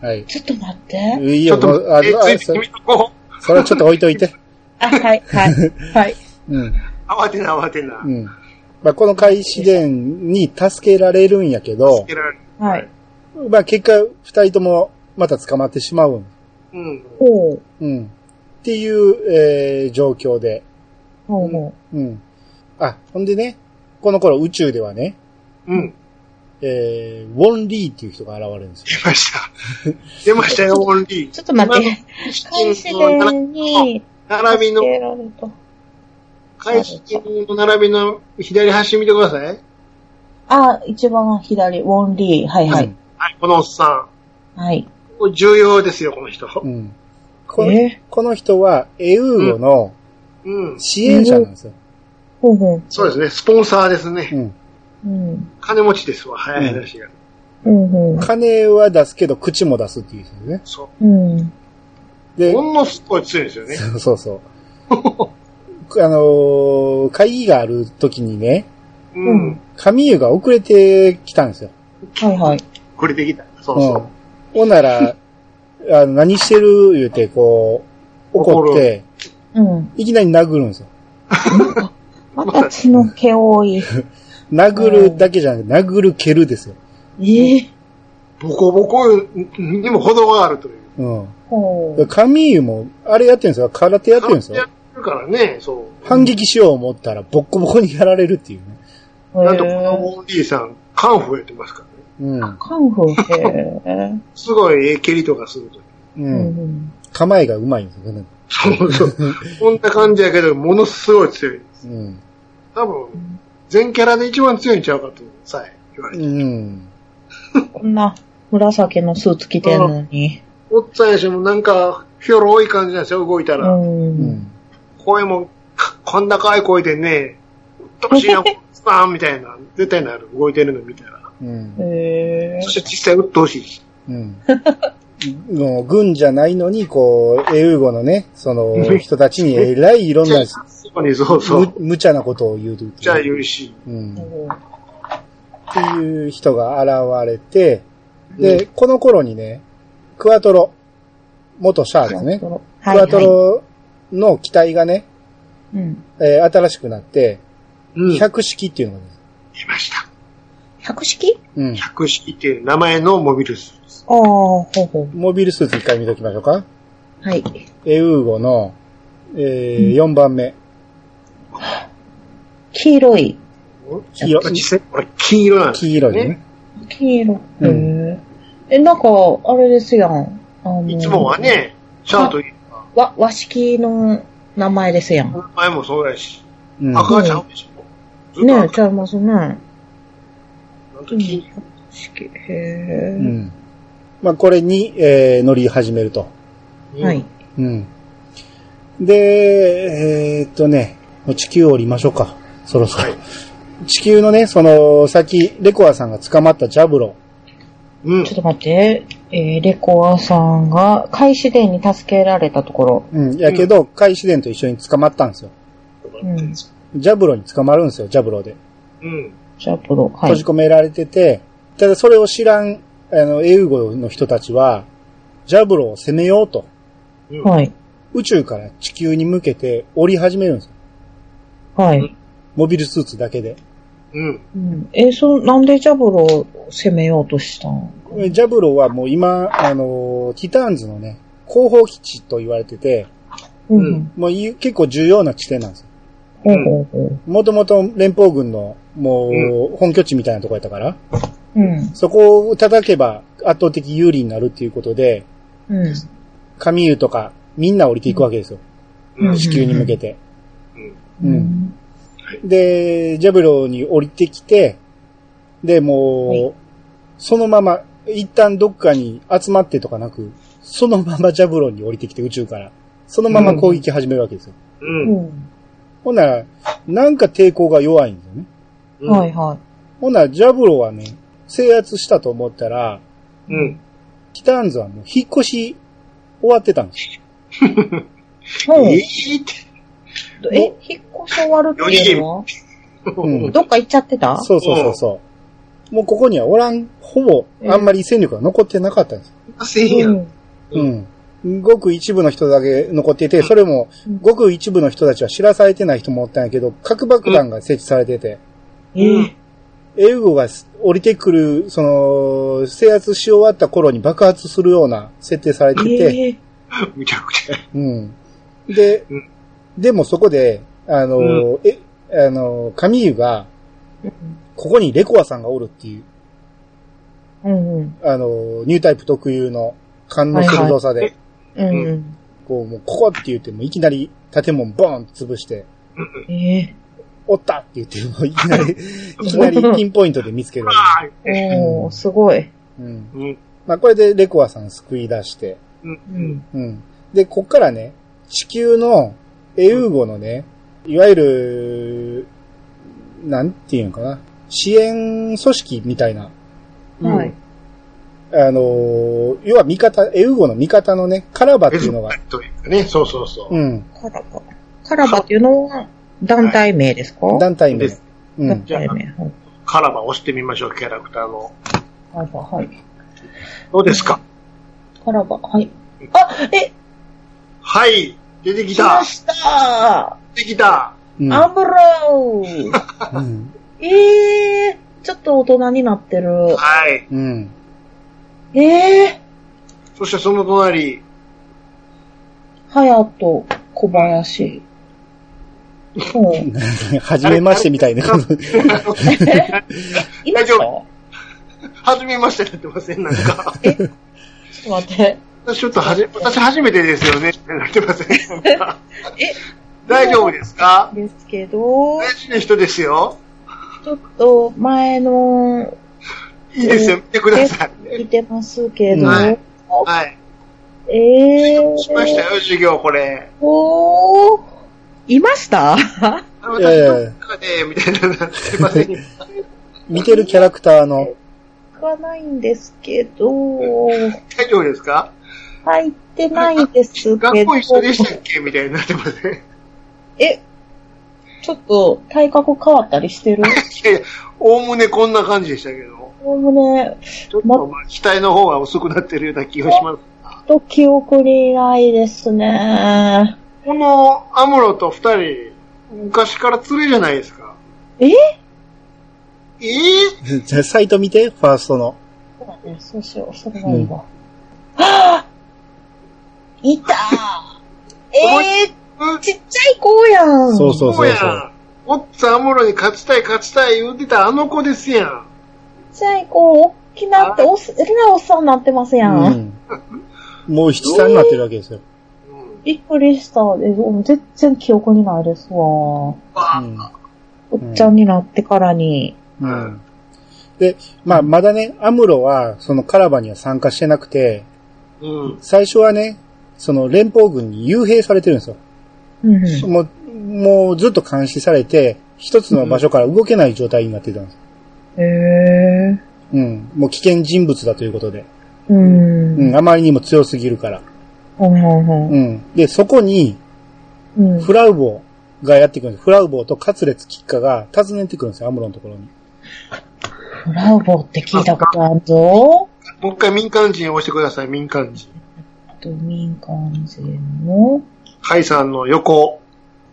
A: はい。
C: ちょっと待って。
A: いい
B: ちょ
A: よ、
B: っ
A: も
B: と
A: う、あ、あ
B: 待って、つい
A: そ
B: てみとこう。
A: それはちょっと置いと いて。
C: あ、はい、はい、はい。
A: うん。
B: 慌てな慌てな
A: う。ん。まあ、この開始伝に助けられるんやけど
B: つけ、られる
C: はい。
A: まあ、結果、二人ともまた捕まってしまうん。
B: うん。
C: ほう。
A: うん。っていう、えー、状況で。
C: ほうほう。
A: うん。あ、ほんでね、この頃宇宙ではね、
B: うん。
A: えー、ウォンリーっていう人が現れるんですよ。
B: 出ました。出ましたよ、オンリー。
C: ちょっと待って。開始伝に、
B: 並びの、
C: 助けられた
B: 開始の並びの左端見てください。
C: あ、一番左、ウォンリー。はいはい。
B: はい、このおっさ
C: はい。
B: ん。これ重要ですよ、この人。
A: うん。うん。この
C: え
A: この人は、エウーゴの
B: うん。
A: 支援者なんですよ。
C: ほうほう。
B: そうですね、スポンサーですね。
A: うん。
C: うん。
B: 金持ちですわ、早い話が。
C: ほうほ。
A: 金は出すけど、口も出すっていう人ですね。
B: そう
C: うん。
A: で
B: う。、ほんのすっごい強いんですよね。
A: そうそうそう。あのー会議がある時にね、
B: う
C: うんん。
A: 神湯が遅れてきたんですよ。
C: はいはい。
B: これできた。そうそう。
A: うん。ほんなら、あの、何してる言うて、こう、怒って、
C: うん。
A: いきなり殴るんですよ。
C: また血の毛多い。
A: 殴るだけじゃなくて、殴る蹴るですよ。
C: ええ。
B: ボコボコにも程があるという。
A: うん。
C: ほ
A: で
C: う。
A: 神湯も、あれやってるんですよ。空手やってるんです
B: や
A: よ
B: っ。てるからね、そう。
A: 反撃しよう思ったら、ボッコボコにやられるっていうね。
B: なんとこの
C: へえ
B: オンリーさん、カンフーやってますからね。
A: うん。
C: カンフーへえ。
B: すごいええ蹴りとかすると。
A: う。
C: うんん。
A: 構えがうまいんですよね。
B: そ うそう。こんな感じやけど、ものすごい強い。
A: うん。
B: 多分、全キャラで一番強いんちゃうかと、さえ言われて。
A: うん。
C: こんな紫のスーツ着てんのに。
B: おっさんやしもなんか、ひょろい感じなんですよ、動いた
C: う。
B: ら。
A: うんん。
B: 声も、かこんな可愛い声でね、うっとうし いな、スパーンみたいな、絶対なる、動いてるの見たら。
A: うん。
C: へえ。
B: そして実際うっとうしいし。
A: うん。もう、軍じゃないのに、こう、英語のね、その、人たちにえらいいろんな、
B: じゃあそこにそうそう
A: む。無茶なことを言うという。
B: じゃあ言うし。
A: うん。っ
C: ほ
A: ていう人が現れて、で、この頃にね、クワトロ、元シャア
C: う
A: ですね。ク
C: クワ
A: ワト
C: トロ。
A: ロの機体がね、
C: うん。
A: えー新しくなって、
B: うん。
A: 百式っていうのがね、
B: いました。
C: 百式
A: うん。
B: 百式っていう名前のモビルスーツです。
C: ああ、ほうほ
A: モビルスーツ一回見ときましょうか。
C: う。はい。
A: エウーゴの、えー、4番目。
C: 黄色い。
A: 黄色、
B: 実際、これ黄色なんです
A: 黄色いね。
C: 黄色。
A: う
C: へ
A: ん
C: え。え、なんか、あれですやん。あの
B: いつもは。ね、シャアといえば、
C: わ、和式の名前ですやん。
B: 名前もそうやし、
A: うん。
B: 赤ちゃうでしょ。ずっと
C: ねえ、
B: 赤
C: ちゃいますね。
B: なんと
C: うん。
B: 黄色
C: 百式。へ
A: う
C: え。
A: ん。まあ、これに、えー乗り始めると。
B: に
C: はい。。
A: うん。で、えーっとね、もう地球を降りましょうか。そろそろ。
B: はい
A: 地球のね、その、さっき、レコアさんが捕まったジャブロ。
B: うん
C: ちょ。っと待って。えー、レコアさんが、開始伝に助けられたところ。
A: うん。やけど、カイシデンと一緒に捕まったんですよ。
C: うん。
A: ジャブロに捕まるんですよ、ジャブロで。
B: うん。
C: シャープロ。は
A: 閉じ
C: い。
A: 込められてて、ただそれを知らん、あの、エウゴの人たちは、ジャブロを攻めようと、
B: うん
C: はい。
A: 宇宙から地球に向けて降り始めるんですよ。
C: はい。
A: モビルスーツだけで。
B: うん。
C: うん。えー、そ、なんでジャブロを攻めようとしたん
A: えジャブロはもう今、あのーティターンズのね、後方基地と言われてて、
C: う
B: うん
C: ん。
A: もうい結構重要な地点なんですよ。
C: ほうほうほう。
A: もともと連邦軍の、も
B: う
A: う、本拠地みたいなとこやったから、
C: うん。
A: そこを叩けば圧倒的有利になるっていうことで、
C: うん。
A: 神湯とか、みんな降りていくわけですよ。
B: うん。
A: 地球に向けて。
B: う
A: う
B: ん。
A: ん。で、ジャブロに降りてきて、で、もう、
C: はい
A: そのまま、一旦どっかに集まってとかなく、そのままジャブロに降りてきて宇宙から、そのまま攻撃始めるわけですよ。
B: うん。
A: ほんなら、なんか抵抗が弱いんですよね。
B: うん。
C: はいは
A: ほんなら、ジャブロはね、制圧したと思ったら、
B: うん。
A: ティターンズはもう引っ越し終わってたんですよ。
C: い。もう
B: え
C: え、
B: ーって。
C: 引っ越し終わるっていうのは
A: うん
C: どっか行っちゃってた
A: そうそうそうそう。もうここにはおらん、ほぼ、あんまり戦力が残ってなかったんです。
B: せえへんやん。
A: うん。ごく一部の人だけ残ってて、それも
C: うん、
A: ごく一部の人たちは知らされてない人もおったんやけど、核爆弾が設置されてて、
C: ええ。
A: エウゴが降りてくる、その、制圧し終わった頃に爆発するような設定されてて、
C: ええ。
B: むちゃくちゃ。
A: うん。で
B: うん、
A: でもそこで、あのー、え、あのー、カミーユが、ここにレコアさんがおるっていう、
C: うんうん。
A: あのー、ニュータイプ特有の勘の鋭さ
B: はい
A: で、
C: うん。
A: こう、もうここって言って、もういきなり建物ボーンって潰して、
C: ええ。
A: おったって言って、もういきな り、いきなりピンポイントで見つけるわ
B: ああ
C: おー、すごい。
A: け。うん。
B: うん。
A: まあ、これでレコアさん救い出して、
C: うん。
A: うん。で、こっからね、地球のエウーゴのね、いわゆる、なんていうのかな、支援組織みたいな、
C: はい。
A: あのー要は味方、エウーゴの味方のね、カラバって
B: え
A: いうのが、
B: というかね、そうそうそうう。
A: ん、
C: カラバ。カラバっていうのは団体名ですか
A: 団体名
B: です。
A: うん。
B: じゃあ
C: ね、はい
B: カラバ押してみましょう、キャラクターの。
C: カラバ、はい。
B: どうですか
C: カラバ、はい。あ、え、
B: はい出てき
C: 来ま
B: た
C: した
B: 出てきた
A: うん。
C: アムロー
A: うん。
C: ええー、ちょっと大人になってる。
B: はい。
A: うん。
C: ええ
B: そしてその隣、
C: ー、ハヤト、小林。うん。
A: はじめましてみたいな。
B: 大丈
C: いました
B: はじめましてになってませんなんか。
C: ちょっと待って。
B: 私ちょっとはじ、私初めてですよねってなってませんなんか。大丈夫ですか
C: ですけど、
B: 大事な人ですよ。
C: ちょっと前の、
B: いいですよ、見てください。
C: 見てますけど、
B: はいはい。
C: ええー。
B: しましたよ、授業これ。
C: おー、いました
B: あの
A: いやい
B: 私
A: や
B: の中で、みたいななってません
A: 見てるキャラクターの、
C: がないんですけど、
B: 大丈夫ですか
C: 入ってないですけ
B: 学
C: ど
B: 校、一緒でしたっけみたいになってません。い
C: え、ちょっと体格変わったりしてる
B: やいや、おおむねこんな感じでしたけど。
C: おおむね、
B: ちょっと、まあ、額の方が薄くなってるような気がします。
C: ちょっと記憶にないですね。
B: このアムロと二人、昔から連れじゃないですか。
C: え
B: えー、
A: じゃあサイト見て、ファーストの。
C: そうだね、そうしよう、それがいいわ。はぁいた
B: 思い
C: え
B: う
C: ー、ちっちゃい子やん。
A: そうそうそう
B: や
A: そう。
B: ん。おっつんアムロに勝ちたい勝ちたい言うてたあの子ですやん。
C: ちっちゃい子、大きなって、おっ、えらいおっさんになってますやん。
A: うん。もう七三になってるわけですよ。
B: うん。
C: びっくりした。えうん全然記憶にないですわ。お
B: わあ
A: うん
C: っちゃんになってからに。
A: うん。で、まあ、まだね、アムロは、そのカラバには参加してなくて、
B: うん。
A: 最初はね、その連邦軍に幽閉されてるんですよ。
C: うん。
A: もう、もうずっと監視されて、一つの場所から動けない状態になってたんです。
C: へえ。
A: うん。もう危険人物だということで。
C: うん。
A: うん。あまりにも強すぎるから。
C: ほんほんほん
A: うん。で、そこに、
C: うん。
A: フラウボーがやってくるんです。フラウボーとカツレツキッカが訪ねてくるんですよ、アムロのところに。
C: フラウボーって聞いたことあるぞ。
B: もう一回民間人押してください、民間人。
C: ドミンカン人の。
B: カイさんの横。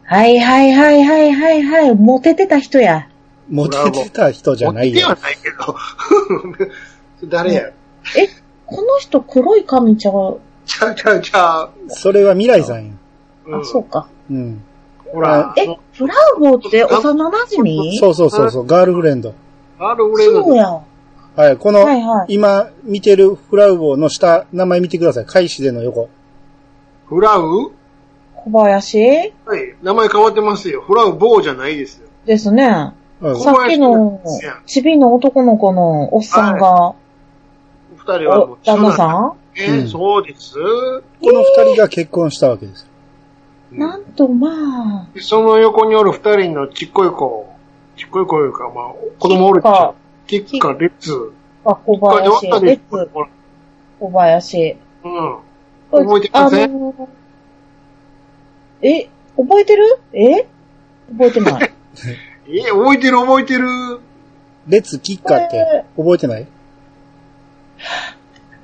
C: はいはいはいはいはいはい。モテてた人や。
A: モテてた人じゃない
B: では
A: よ。
B: ないけど。 誰や
C: え、この人黒い髪ちゃう。
B: ちゃうちゃうちゃう。
A: それは未来さんや。
B: うん
C: あ、そうか。
A: うん。
B: ほら。
C: え、フラウボーって幼馴染
A: そうそうそうそう、ガールフレンド。
B: ある俺
C: そう
B: の。
C: や。は
A: はい、この、
C: いはい。
A: 今見てるフラウボーの下、名前見てください。カイシデの横。
B: フラウ
C: 小林
B: はい。名前変わってますよ。フラウボーじゃないですよ。
C: ですね。
A: うん
B: そう
C: さっきの、チビの男の子のおっさんが、
B: お二人はも
C: お
B: う中
C: 旦
B: 学
C: 那さ
B: え
A: うん
B: そうです。
A: この二人が結婚したわけです。
C: んなんとまあ、
B: でその横におる二人のちっこい子。ちっこい子いうか、まあ、子供おるでしょ
C: か、
B: キッカ、レッツ。
C: あ小
B: これで終わっ
C: 林、
B: たで
C: レ
B: し
C: ッ
B: ょ
C: ツ、
B: ほら
C: 小林。
B: うん。覚えてません
C: あのーえ、覚えてるえ覚え てない。
B: え、覚えてる覚えてる。
A: レッツキッカーって覚えてない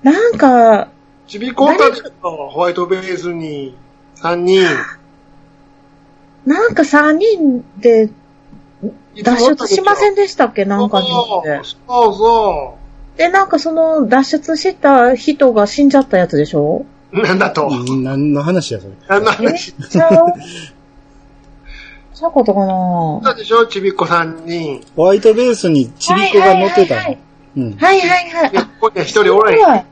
C: なんか、
B: ちびこんたでホワイトベースに、三人。
C: なんか3人で脱出しませ
B: ん
C: んでしたっけなんかに。
B: そうそ
C: で、なんかその脱出した人が死んじゃったやつでしょ
B: う。なんだと。
A: うん何の話や、それ。
B: 何の
C: え
B: 話
C: ちゃうちゃうことかな
B: だったでしょちびっこ三人。
A: ホワイトベースにチビコが乗ってた
C: はい
A: の。うん。
C: はいはいはい。
B: で
C: あ
B: こ、こには一人おら
C: ほ
B: へん。
C: ら、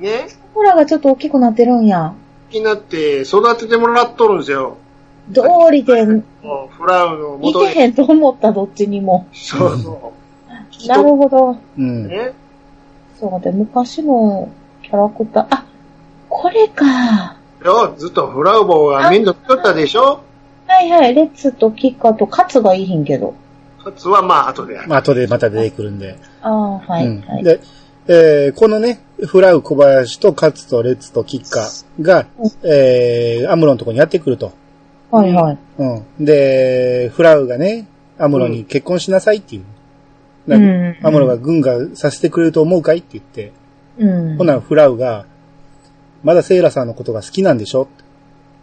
B: ね。
C: ほらがちょっと大きくなってるんや。
B: 気になって育ててもらっとるんですよ。
C: どうりで、
B: もうフラウの
C: 似
B: 元
C: て
B: で。
C: へんと思った、どっちにも。
B: そうそ
C: なるほど。
A: うん
B: う。。ね。
C: そうで、昔のキャラクター、あ、これか。
B: よ、ずっとフラウボーが面倒くったでしょ
C: はいはい、レッツとキッカとカツがいいひんけど。
B: カツはまあ後で。
A: まあ、後でまた出てくるんで。
C: ああ、は
A: う
C: い、
A: ん
C: はい。
A: で、えーこのね、フラウ小林とカツとレッツとキッカが、えーアムロのとこにやってくると。
C: はいはい。
A: うん。で、フラウがね、アムロに結婚しなさいっていう。
C: う
A: なん
C: ん。
A: アムロが軍がさせてくれると思うかいって言って、
C: うん。
A: ほな、フラウが、まだセイラさんのことが好きなんでしょ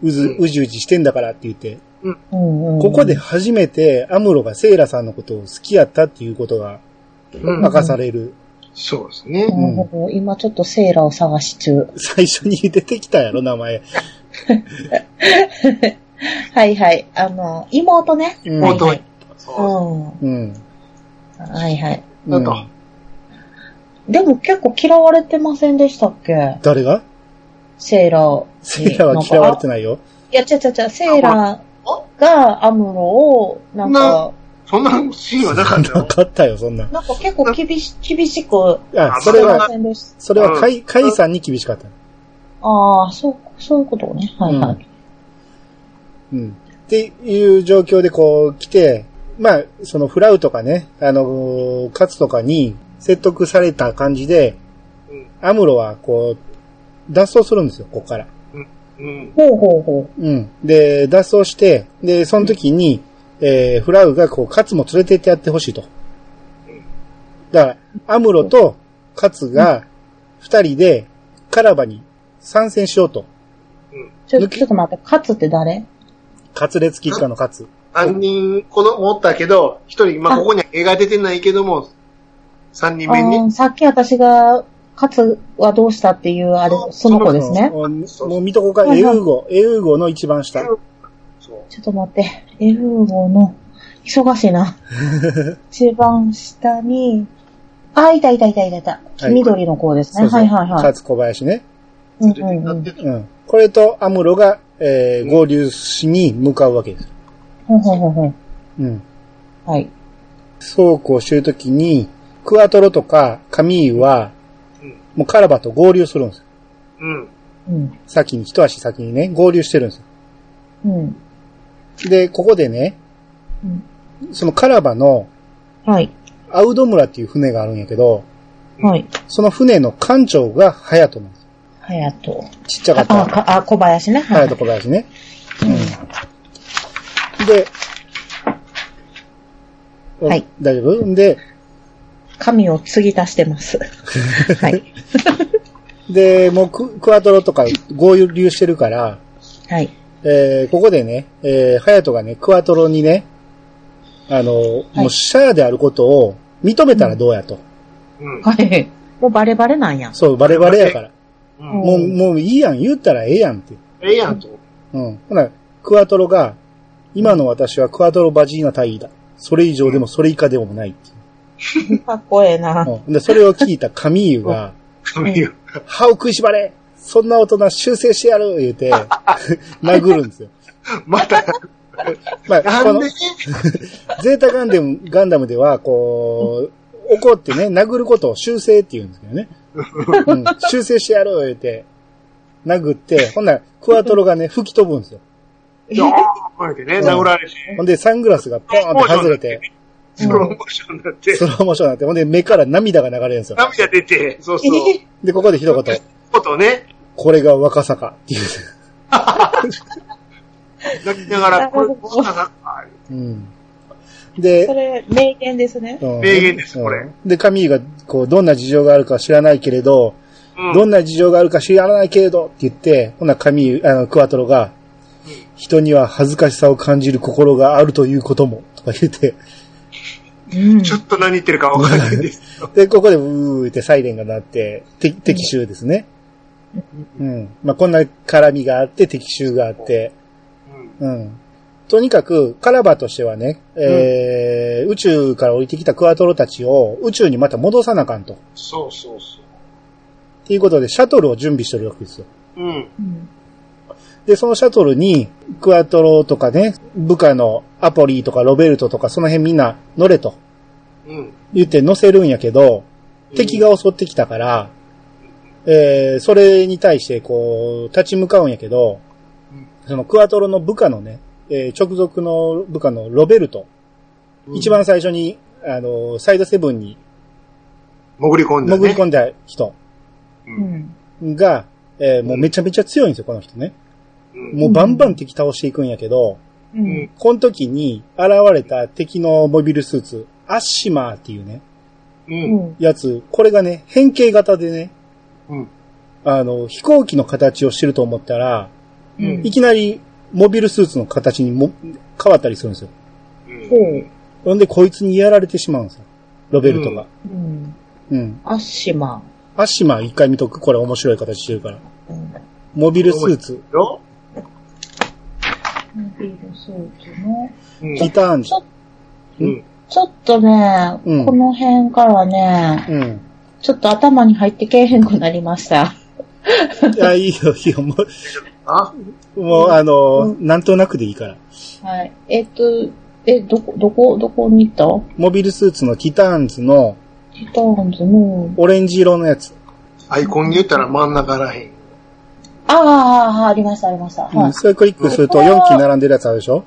A: うず、
B: うん
A: うじうじしてんだからって言って、
C: うんうん
A: ここで、初めてアムロがセイラさんのことを好きやったっていうことが
B: うん
A: 明かされる。
B: そうですね。
C: なるほど。今ちょっとセーラを探し中。
A: 最初に出てきたやろ、名前。
C: はいはい。あの、妹ね。
A: うん
B: 本当に。
C: う
B: そ
C: ん。は
A: うん。
C: いはい。
B: う。なん
A: う
B: と
A: ん、
C: でも結構嫌われてませんでしたっけ
A: 誰が
C: セーラーに。
A: セイラは嫌われて
C: ない。
A: ないよ。
C: いや、ちゃちゃちゃ、セーラーがアムロを、なんか、
B: そんなシーンはなかった
A: な
B: よ。
A: かったよ、そんなん。
C: なんか結構厳し、厳しく、
A: あ、
B: あ
A: そ
C: さ
A: れ
C: れま
A: は、
C: せんでした。
A: それはカイ、カイさんに厳しかった。
C: ああ、そう、そういうことね。はいはい。
A: うん。っていう状況でこう来て、まあ、そのフラウとかね、あのーカツとかに説得された感じで、
B: うん
A: アムロはこう、脱走するんですよ、ここから。
B: うん。
C: ほうほうほ
A: うん。で、脱走して、で、その時に、えー、フラウがこう、カツも連れてってやってほしいと。だから、アムロとカツが、二人で、カラバに参戦しようと。
C: う。ちょ、
A: 抜き
C: ちょっと待って、カツって誰
A: カツレツキッカのカツ。
B: 三人、この、おったけど、一人、まあ、ここには絵が出てないけども、三人目に
C: あ、ーさっき私が、カツはどうしたっていう、あれ
B: そ、う
C: その子ですね。
A: もうもう見とこうか、エウーゴ、エウーゴの一番下。
B: そう。
C: ちょっと待って、エルーゴの、忙しいな。一番下に、あ、いたいたいたいたいた。
A: はい
C: 緑の子ですね。はいはいは
A: カ
C: い。
A: ツ小林ね。
C: うん
B: 連れて
C: う
B: 行
C: ん
B: っ
C: う
B: た
C: ん
B: って
A: うん。これとアムロが、えー、合流しに向かうわけです。
C: ほんほんほんほん。
A: うん。
C: はい。
A: そうこうしてるときに、クアトロとかカミーユは、
B: うん
A: もうカラバと合流するんですよ。
B: うん。
C: うん。
A: 先に、一足先にね、合流してるんです
C: うん。
A: よ。で、ここでね、
C: うん
A: そのカラバの
C: はい。
A: アウドムラっていう船があるんやけど、
C: はい。
A: その船の艦長がハヤトなんですよ。
C: はやと。
A: ちっちゃか
C: あ、
A: った。
C: あか、あ、小林ね。は
A: ハ
C: い。
A: ヤト小林ね。うん。で、お
C: はい
A: 大丈夫で、
C: 神を継ぎ足してます。はい。
A: で、もうククアトロとか合流してるから、
C: はい。
A: えー、ここでね、えー、ハヤトがね、クアトロにね、あの、もうシャアであることを認めたらどうやと。
B: うん。
C: はい。もうバレバレなんや。
A: そう、バレバレやから。
B: う
C: うん
B: ん。
A: もう、もういいやん、言ったらええやんって。
B: ええやんと。
A: うん。ほな、クアトロが、今の私はクアトロバジーナ大尉だ。それ以上でもそれ以下でもないっていう。
C: かっこええな。
A: うんで、それを聞いたカミーユが、
B: 髪よ。
A: 歯を食いしばれそんな大人修正してやる言う て、殴るんですよ。
B: また、
A: まあ、
B: な
A: こ
B: ん
A: の
B: で、
A: ゼータガンダム、ガンダムでは、こう、怒ってね、殴ることを修正って言うんですけどね。うん、修正してやろう言うて、殴って、ほんならクアトロがね、吹き飛ぶんですよ。
B: ドーンこうやってね、
A: うん
B: 殴られて、
A: ほんで、サングラスがポーンって外れて、
B: スローモーションになって
A: ス、ローモーションになって、ほんで、目から涙が流れるんですよ。
B: 涙出て、そうそう。
A: で、ここで一言、
B: ことね、
A: これが若さかっていう。
B: 泣きながら、これ、こんな中
A: うん。で
C: そ、れ、名言ですね。
A: うん
B: 名言ですこれ
A: うんで、カミーが、こう、どんな事情があるか知らないけれど、
B: うん
A: どんな事情があるか知らないけれどって言って、ほな、カミー、あの、クワトロが、人には恥ずかしさを感じる心があるということも、とか言って、
C: うん。
B: ちょっと何言ってるかわかんないです。
A: で、ここで、うーってサイレンが鳴って、て敵襲ですね。うん。まあ、こんな絡みがあって、敵襲があって、
B: うん
A: うん。とにかく、カラバとしてはね、えー宇宙から降りてきたクワトロたちを宇宙にまた戻さなあかんと。
B: そうそうそ
A: っていうことで、シャトルを準備してるわけですよ。
B: う。うん。
C: うん
A: で、そのシャトルに、クアトロとかね、部下のアポリーとかロベルトとか、その辺みんな乗れと
B: うん。
A: 言って乗せるんやけど、敵が襲ってきたから、えー、それに対してこう、立ち向かうんやけど
B: うん、
A: そのクアトロの部下のね、えー直属の部下のロベルト、
B: うん
A: 一番最初に、あの、サイドセブンに
B: 潜り込んだ
A: 潜り
B: ね。
A: 込んだ人
C: うん。
A: が、えーもうめちゃめちゃ強いんですよ、この人ね。
B: うん
A: もうバンバン敵倒していくんやけど、
C: うん。
A: この時に現れた敵のモビルスーツ、アッシマーっていうね、
B: う。
C: うんん。
A: やつ、これがね、変形型でね、
B: うん。
A: あの、飛行機の形をしてると思ったら、
C: う
B: うん
A: い。きなりモビルスーツの形にも変わったりするんですよ。
C: ほ
B: う
C: う。
A: ほんで、こいつにやられてしまうんですよ。ロベルトが。
C: うん。
A: うん。
C: アッシマ
A: アッシマー一回見とく。これ面白い形してるから。
C: ー。うん。
A: モビルスーツ、
B: ん。よ
C: モビルスーツの。
B: うん。
A: リターン
C: ち。ょ、
B: うん。
C: ちょっとね、
A: うん
C: この辺からね、
A: うん。
C: ちょっと頭に入ってけえへんくなりました。
A: い や、いいよ、いいよ。も
B: あ
A: う、もうあの、なんとなくでいいから。
C: はい。えっと、え、どこ、どこ、どこに行った
A: モビルスーツのティターンズの
C: リターンズの、
A: オレンジ色のやつ。
B: アイコンで言ったら真ん中らへん。
C: ああ、ありました、ありました。
A: う
C: はい
A: ん。。それクリックすると4機並んでるやつあるでしょ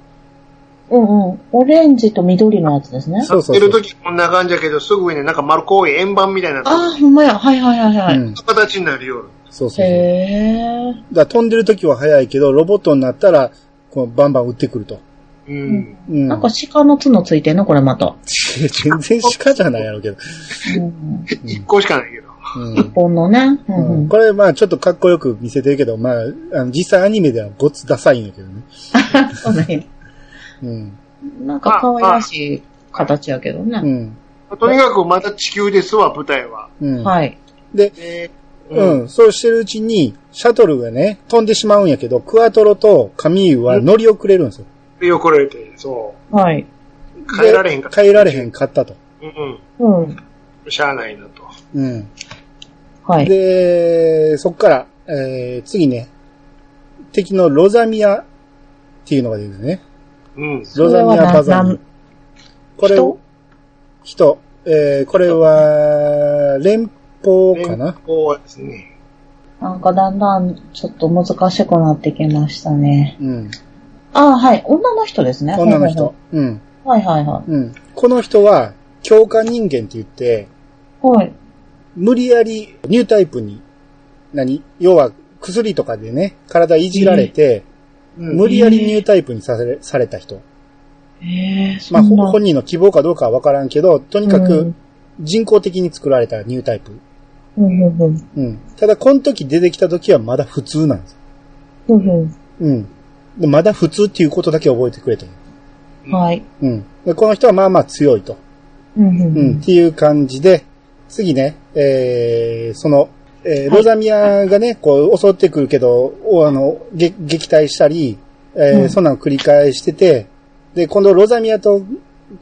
C: うんうん。オレンジと緑のやつですね。
A: そうそう
B: 出
A: そ
B: る
A: う。
B: 時こんな感じやけど、すぐ上になんか丸っこい円盤みたいな
C: ああ、ほんまや。はいはいはいは
A: う
C: い。
A: ん。
B: 形になるよう
A: そうそうそう。だか
C: へえ。
A: ら飛んでる時は速いけど、ロボットになったら、こうバンバン撃ってくると。
B: な。うん。
A: うん。
C: なんか鹿の角ついてんのこれまた。
A: 全然鹿じゃないやろうけど。
C: うん。
B: 一個しかないけど。
A: うん。
C: 本のね。う
A: うん
C: うん
A: ん、これ、まあ、ちょっとかっこよく見せてるけど、まあ、あの実際アニメではごつダサいんやけどね。
C: そうね。
A: うん。
C: なんか可愛らしい形やけど
A: う
C: ね。
A: ん。
B: とにかくまた地球ですわ、舞台は。
A: うん。
C: はい。
A: で、
B: え
A: うん、そうしてるうちに、シャトルがね、飛んでしまうんやけど、クアトロとカミーユは乗り遅れるんですよ。
B: で、汚れて、そ
C: はい。
B: う。変えられへんか
A: で変えられへんかったと。
B: ら。うん
C: うん。
B: うん。しゃあないなと。
A: うん。
C: はい。
A: で、そっから、えー、次ね、敵のロザミアっていうのが出てくるね。
B: うん。
A: ロザミアバザミー。これを、人、えー、これは、連邦かな
B: こうですね。
C: なんかだんだんちょっと難しくなってきましたね。
A: うん。
C: ああ、はい。女の人ですね。
A: 女の人。うん。
C: はいはいは
A: うん。この人は、強化人間って言って、
C: い。はい。
A: 無理やりニュータイプに、何要は、薬とかでね、体いじられて、
B: うん
A: 無理やりニュータイプにさせされた人。
C: へえ、そ
A: まあ、
C: ん
A: ほ
C: な。
A: 本人の希望かどうかはわからんけど、とにか
C: う
A: く
C: ん、
A: 人工的に作られたニュータイプ。
C: うんうんうん。
A: うん。ただ、この時出てきた時はまだ普通なんです。
C: うん
A: うん。でまだ普通っていうことだけ覚えてくれと。
C: うん。はい。
A: うん。でこの人はまあまあ強いと。
C: うんうん
A: う、
C: うん
A: っ
C: ん。
A: ていう感じで、次ね、えー、その、えー
C: はい
A: ロザミアがね、こう、襲ってくるけど、おあの、げ撃退したり、えー
C: うん
A: そんなの繰り返してて、で、今度ロザミアと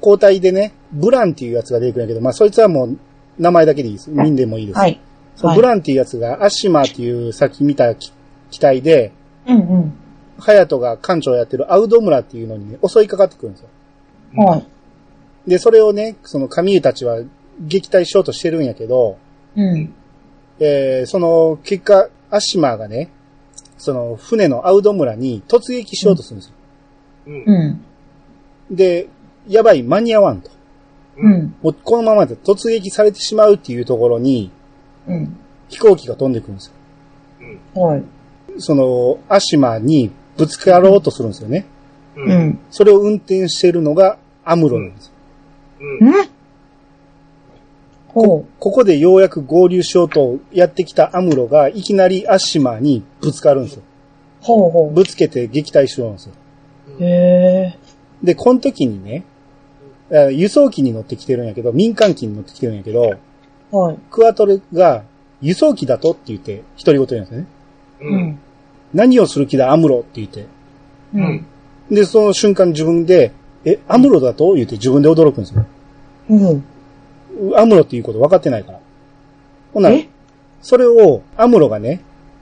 A: 交代でね、ブランっていうやつが出てくるんやけど、まあ、そいつはもう、名前だけでいいです。見んでもいいです。
C: はい。
A: そのブランっていうやつが、アッシマーっていうさっき見た機機体で、
C: うんうん。
A: ハヤトが艦長をやってるアウドムラっていうのにね、襲いかかってくるんですよ。
C: はい。
A: で、それをね、そのカミューたちは撃退しようとしてるんやけど、
C: うん。
A: えーその結果、アッシマーがね、その船のアウド村に突撃しようとするんですよ。
B: うん。
C: うん。
A: で、やばい、間に合わんと。
C: う
B: うん。
C: ん。
A: もうこのままで突撃されてしまうっていうところに
C: うん。
A: 飛行機が飛んでくるんです
C: はい。
A: よ。その、アッシマーにぶつかろうとするんですよね。
B: うん。
C: う
B: うん。
C: ん。
A: それを運転してるのがアムロなんですよ。
B: うん。
C: うんほ
A: ここでようやく合流しようとやってきたアムロがいきなりアッシマーにぶつかるんですよ。
C: う。ほうほ
A: ぶつけて撃退しようんですよ。
C: う。へえ。
A: で、この時にね、えー輸送機に乗ってきてるんやけど、民間機に乗ってきてるんやけど、
C: はい。
A: クアトルが輸送機だとって言って、独り言言うんですね。
B: う。
C: うんん。
A: 何をする気だ、アムロって言って。
C: う
B: うんん。。
A: で、その瞬間自分で、え、アムロだと言って自分で驚くんですよ。
C: うん。
A: うアムロっていうこと分かってないから。ほんなら
C: え、
A: それをアムロがね、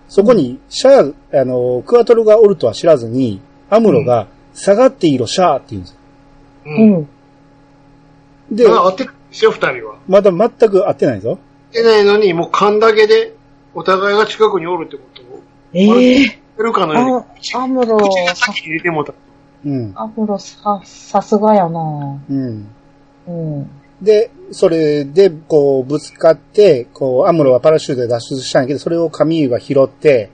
A: そこにシャア、あの、クアトルがおるとは知らずに、アムロが、下がっていろ、シャアって言うんですよ。
B: う。
C: うんん。
A: で
B: で、、合ってないですよ、二人は。
A: まだ全く合ってないぞ。
B: 合ってないのに、もう勘だけで、お互いが近くにおるってことを、
C: ええ。
B: やるかのように
C: あ、アムロ、
B: 口が
C: さ
B: 先に入れてもうた。
A: うん。
C: アムロ、さ、さすがやな
A: うん。
C: うん。
A: で、それで、こう、ぶつかって、こう、アムロはパラシュートで脱出したんやけど、それをカミーユが拾って、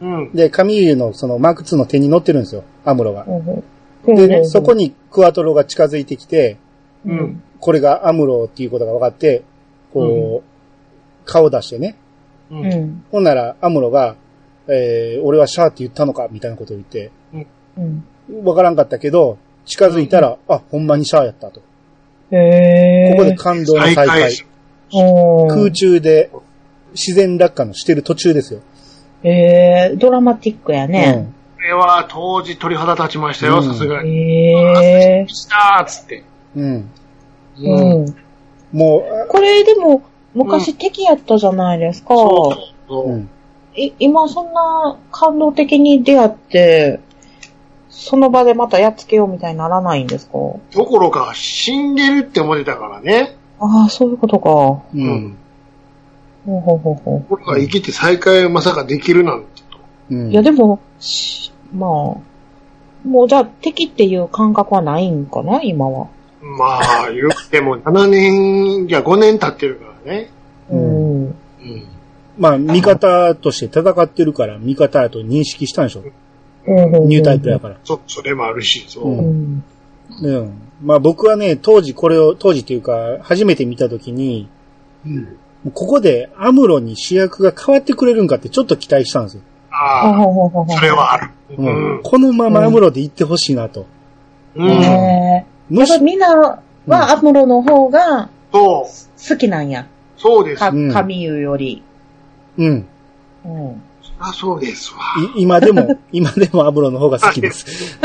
B: うん。
A: で、カミーユのそのマーク2の手に乗ってるんですよ、アムロが。
C: うん。うん
A: で
C: う
A: ね、
C: ん
A: そこにクワトロが近づいてきて、
B: う
C: うんん。
A: これがアムロっていうことが分かって、こう、顔出してね。
B: う。
C: うんん。
A: ほんなら、アムロが、えー、俺はシャーって言ったのかみたいなことを言って、
C: うん。
A: 分からんかったけど、近づいたら、あ、ほんまにシャーやったと。こ
C: へー。
A: こで感動の再
B: 再
A: 会
B: 会。し
C: お
A: 空
C: ー
A: 中で、自然落下のしてる途中ですよ。
C: えー、ドラマティックやね。
A: う
B: これは当時鳥肌立ちました
A: う
B: よ、
A: ん
B: さすがに。
C: えー。
B: したーっつって。
A: ん。うん。
B: うん。
C: うん。
A: もう、
C: これでも、昔敵やったじゃないですか。
B: そうそう
A: あう
B: そう。
A: ん。
C: い今そんな感動的に出会って、その場でまたやっつけようみたいにならないんですか
B: どころか死んでるって思ってたからね。
C: ああ、そういうことか。ほ
A: う
B: うんん。
C: うほうほうほう
B: ところが生きて再会まさかできるなんて。
A: うん。
C: いや、でも、しまあ、もうじゃあ敵っていう感覚はないんかな今は。
B: まあ、言っても7年、いや5年経ってるからね。
A: う
C: うんん。
B: うん。
A: まあ、味方として戦ってるから、味方だと認識したんでしょ。ニュータイプやから。
B: そ、それもあるし、そうう。。
C: うんん。
A: うん。まあ僕はね、当時これを、当時っていうか、初めて見たときに、もうここでアムロに主役が変わってくれるんかってちょっと期待したんですよ。
C: あ
B: あ
C: ほうほうほう
B: あ、
C: ほう
B: それ。はある。う
A: うん
B: ん。
A: このままアムロで行ってほしいなと。
B: う
C: え
A: ん
B: ん。
C: え
A: も
C: やっぱ
A: し
C: り、みんなはアムロの方が
B: そう。
C: 好きなんや。
B: そうです。
C: か、
A: うん
C: 神優より。
A: うん。
C: うん。
B: あ、そうですわ。
A: い今でも、今でもアムロの方が好きです。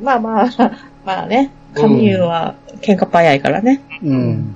C: まあまあ、まあね。神優は喧嘩早いからね。
A: うん。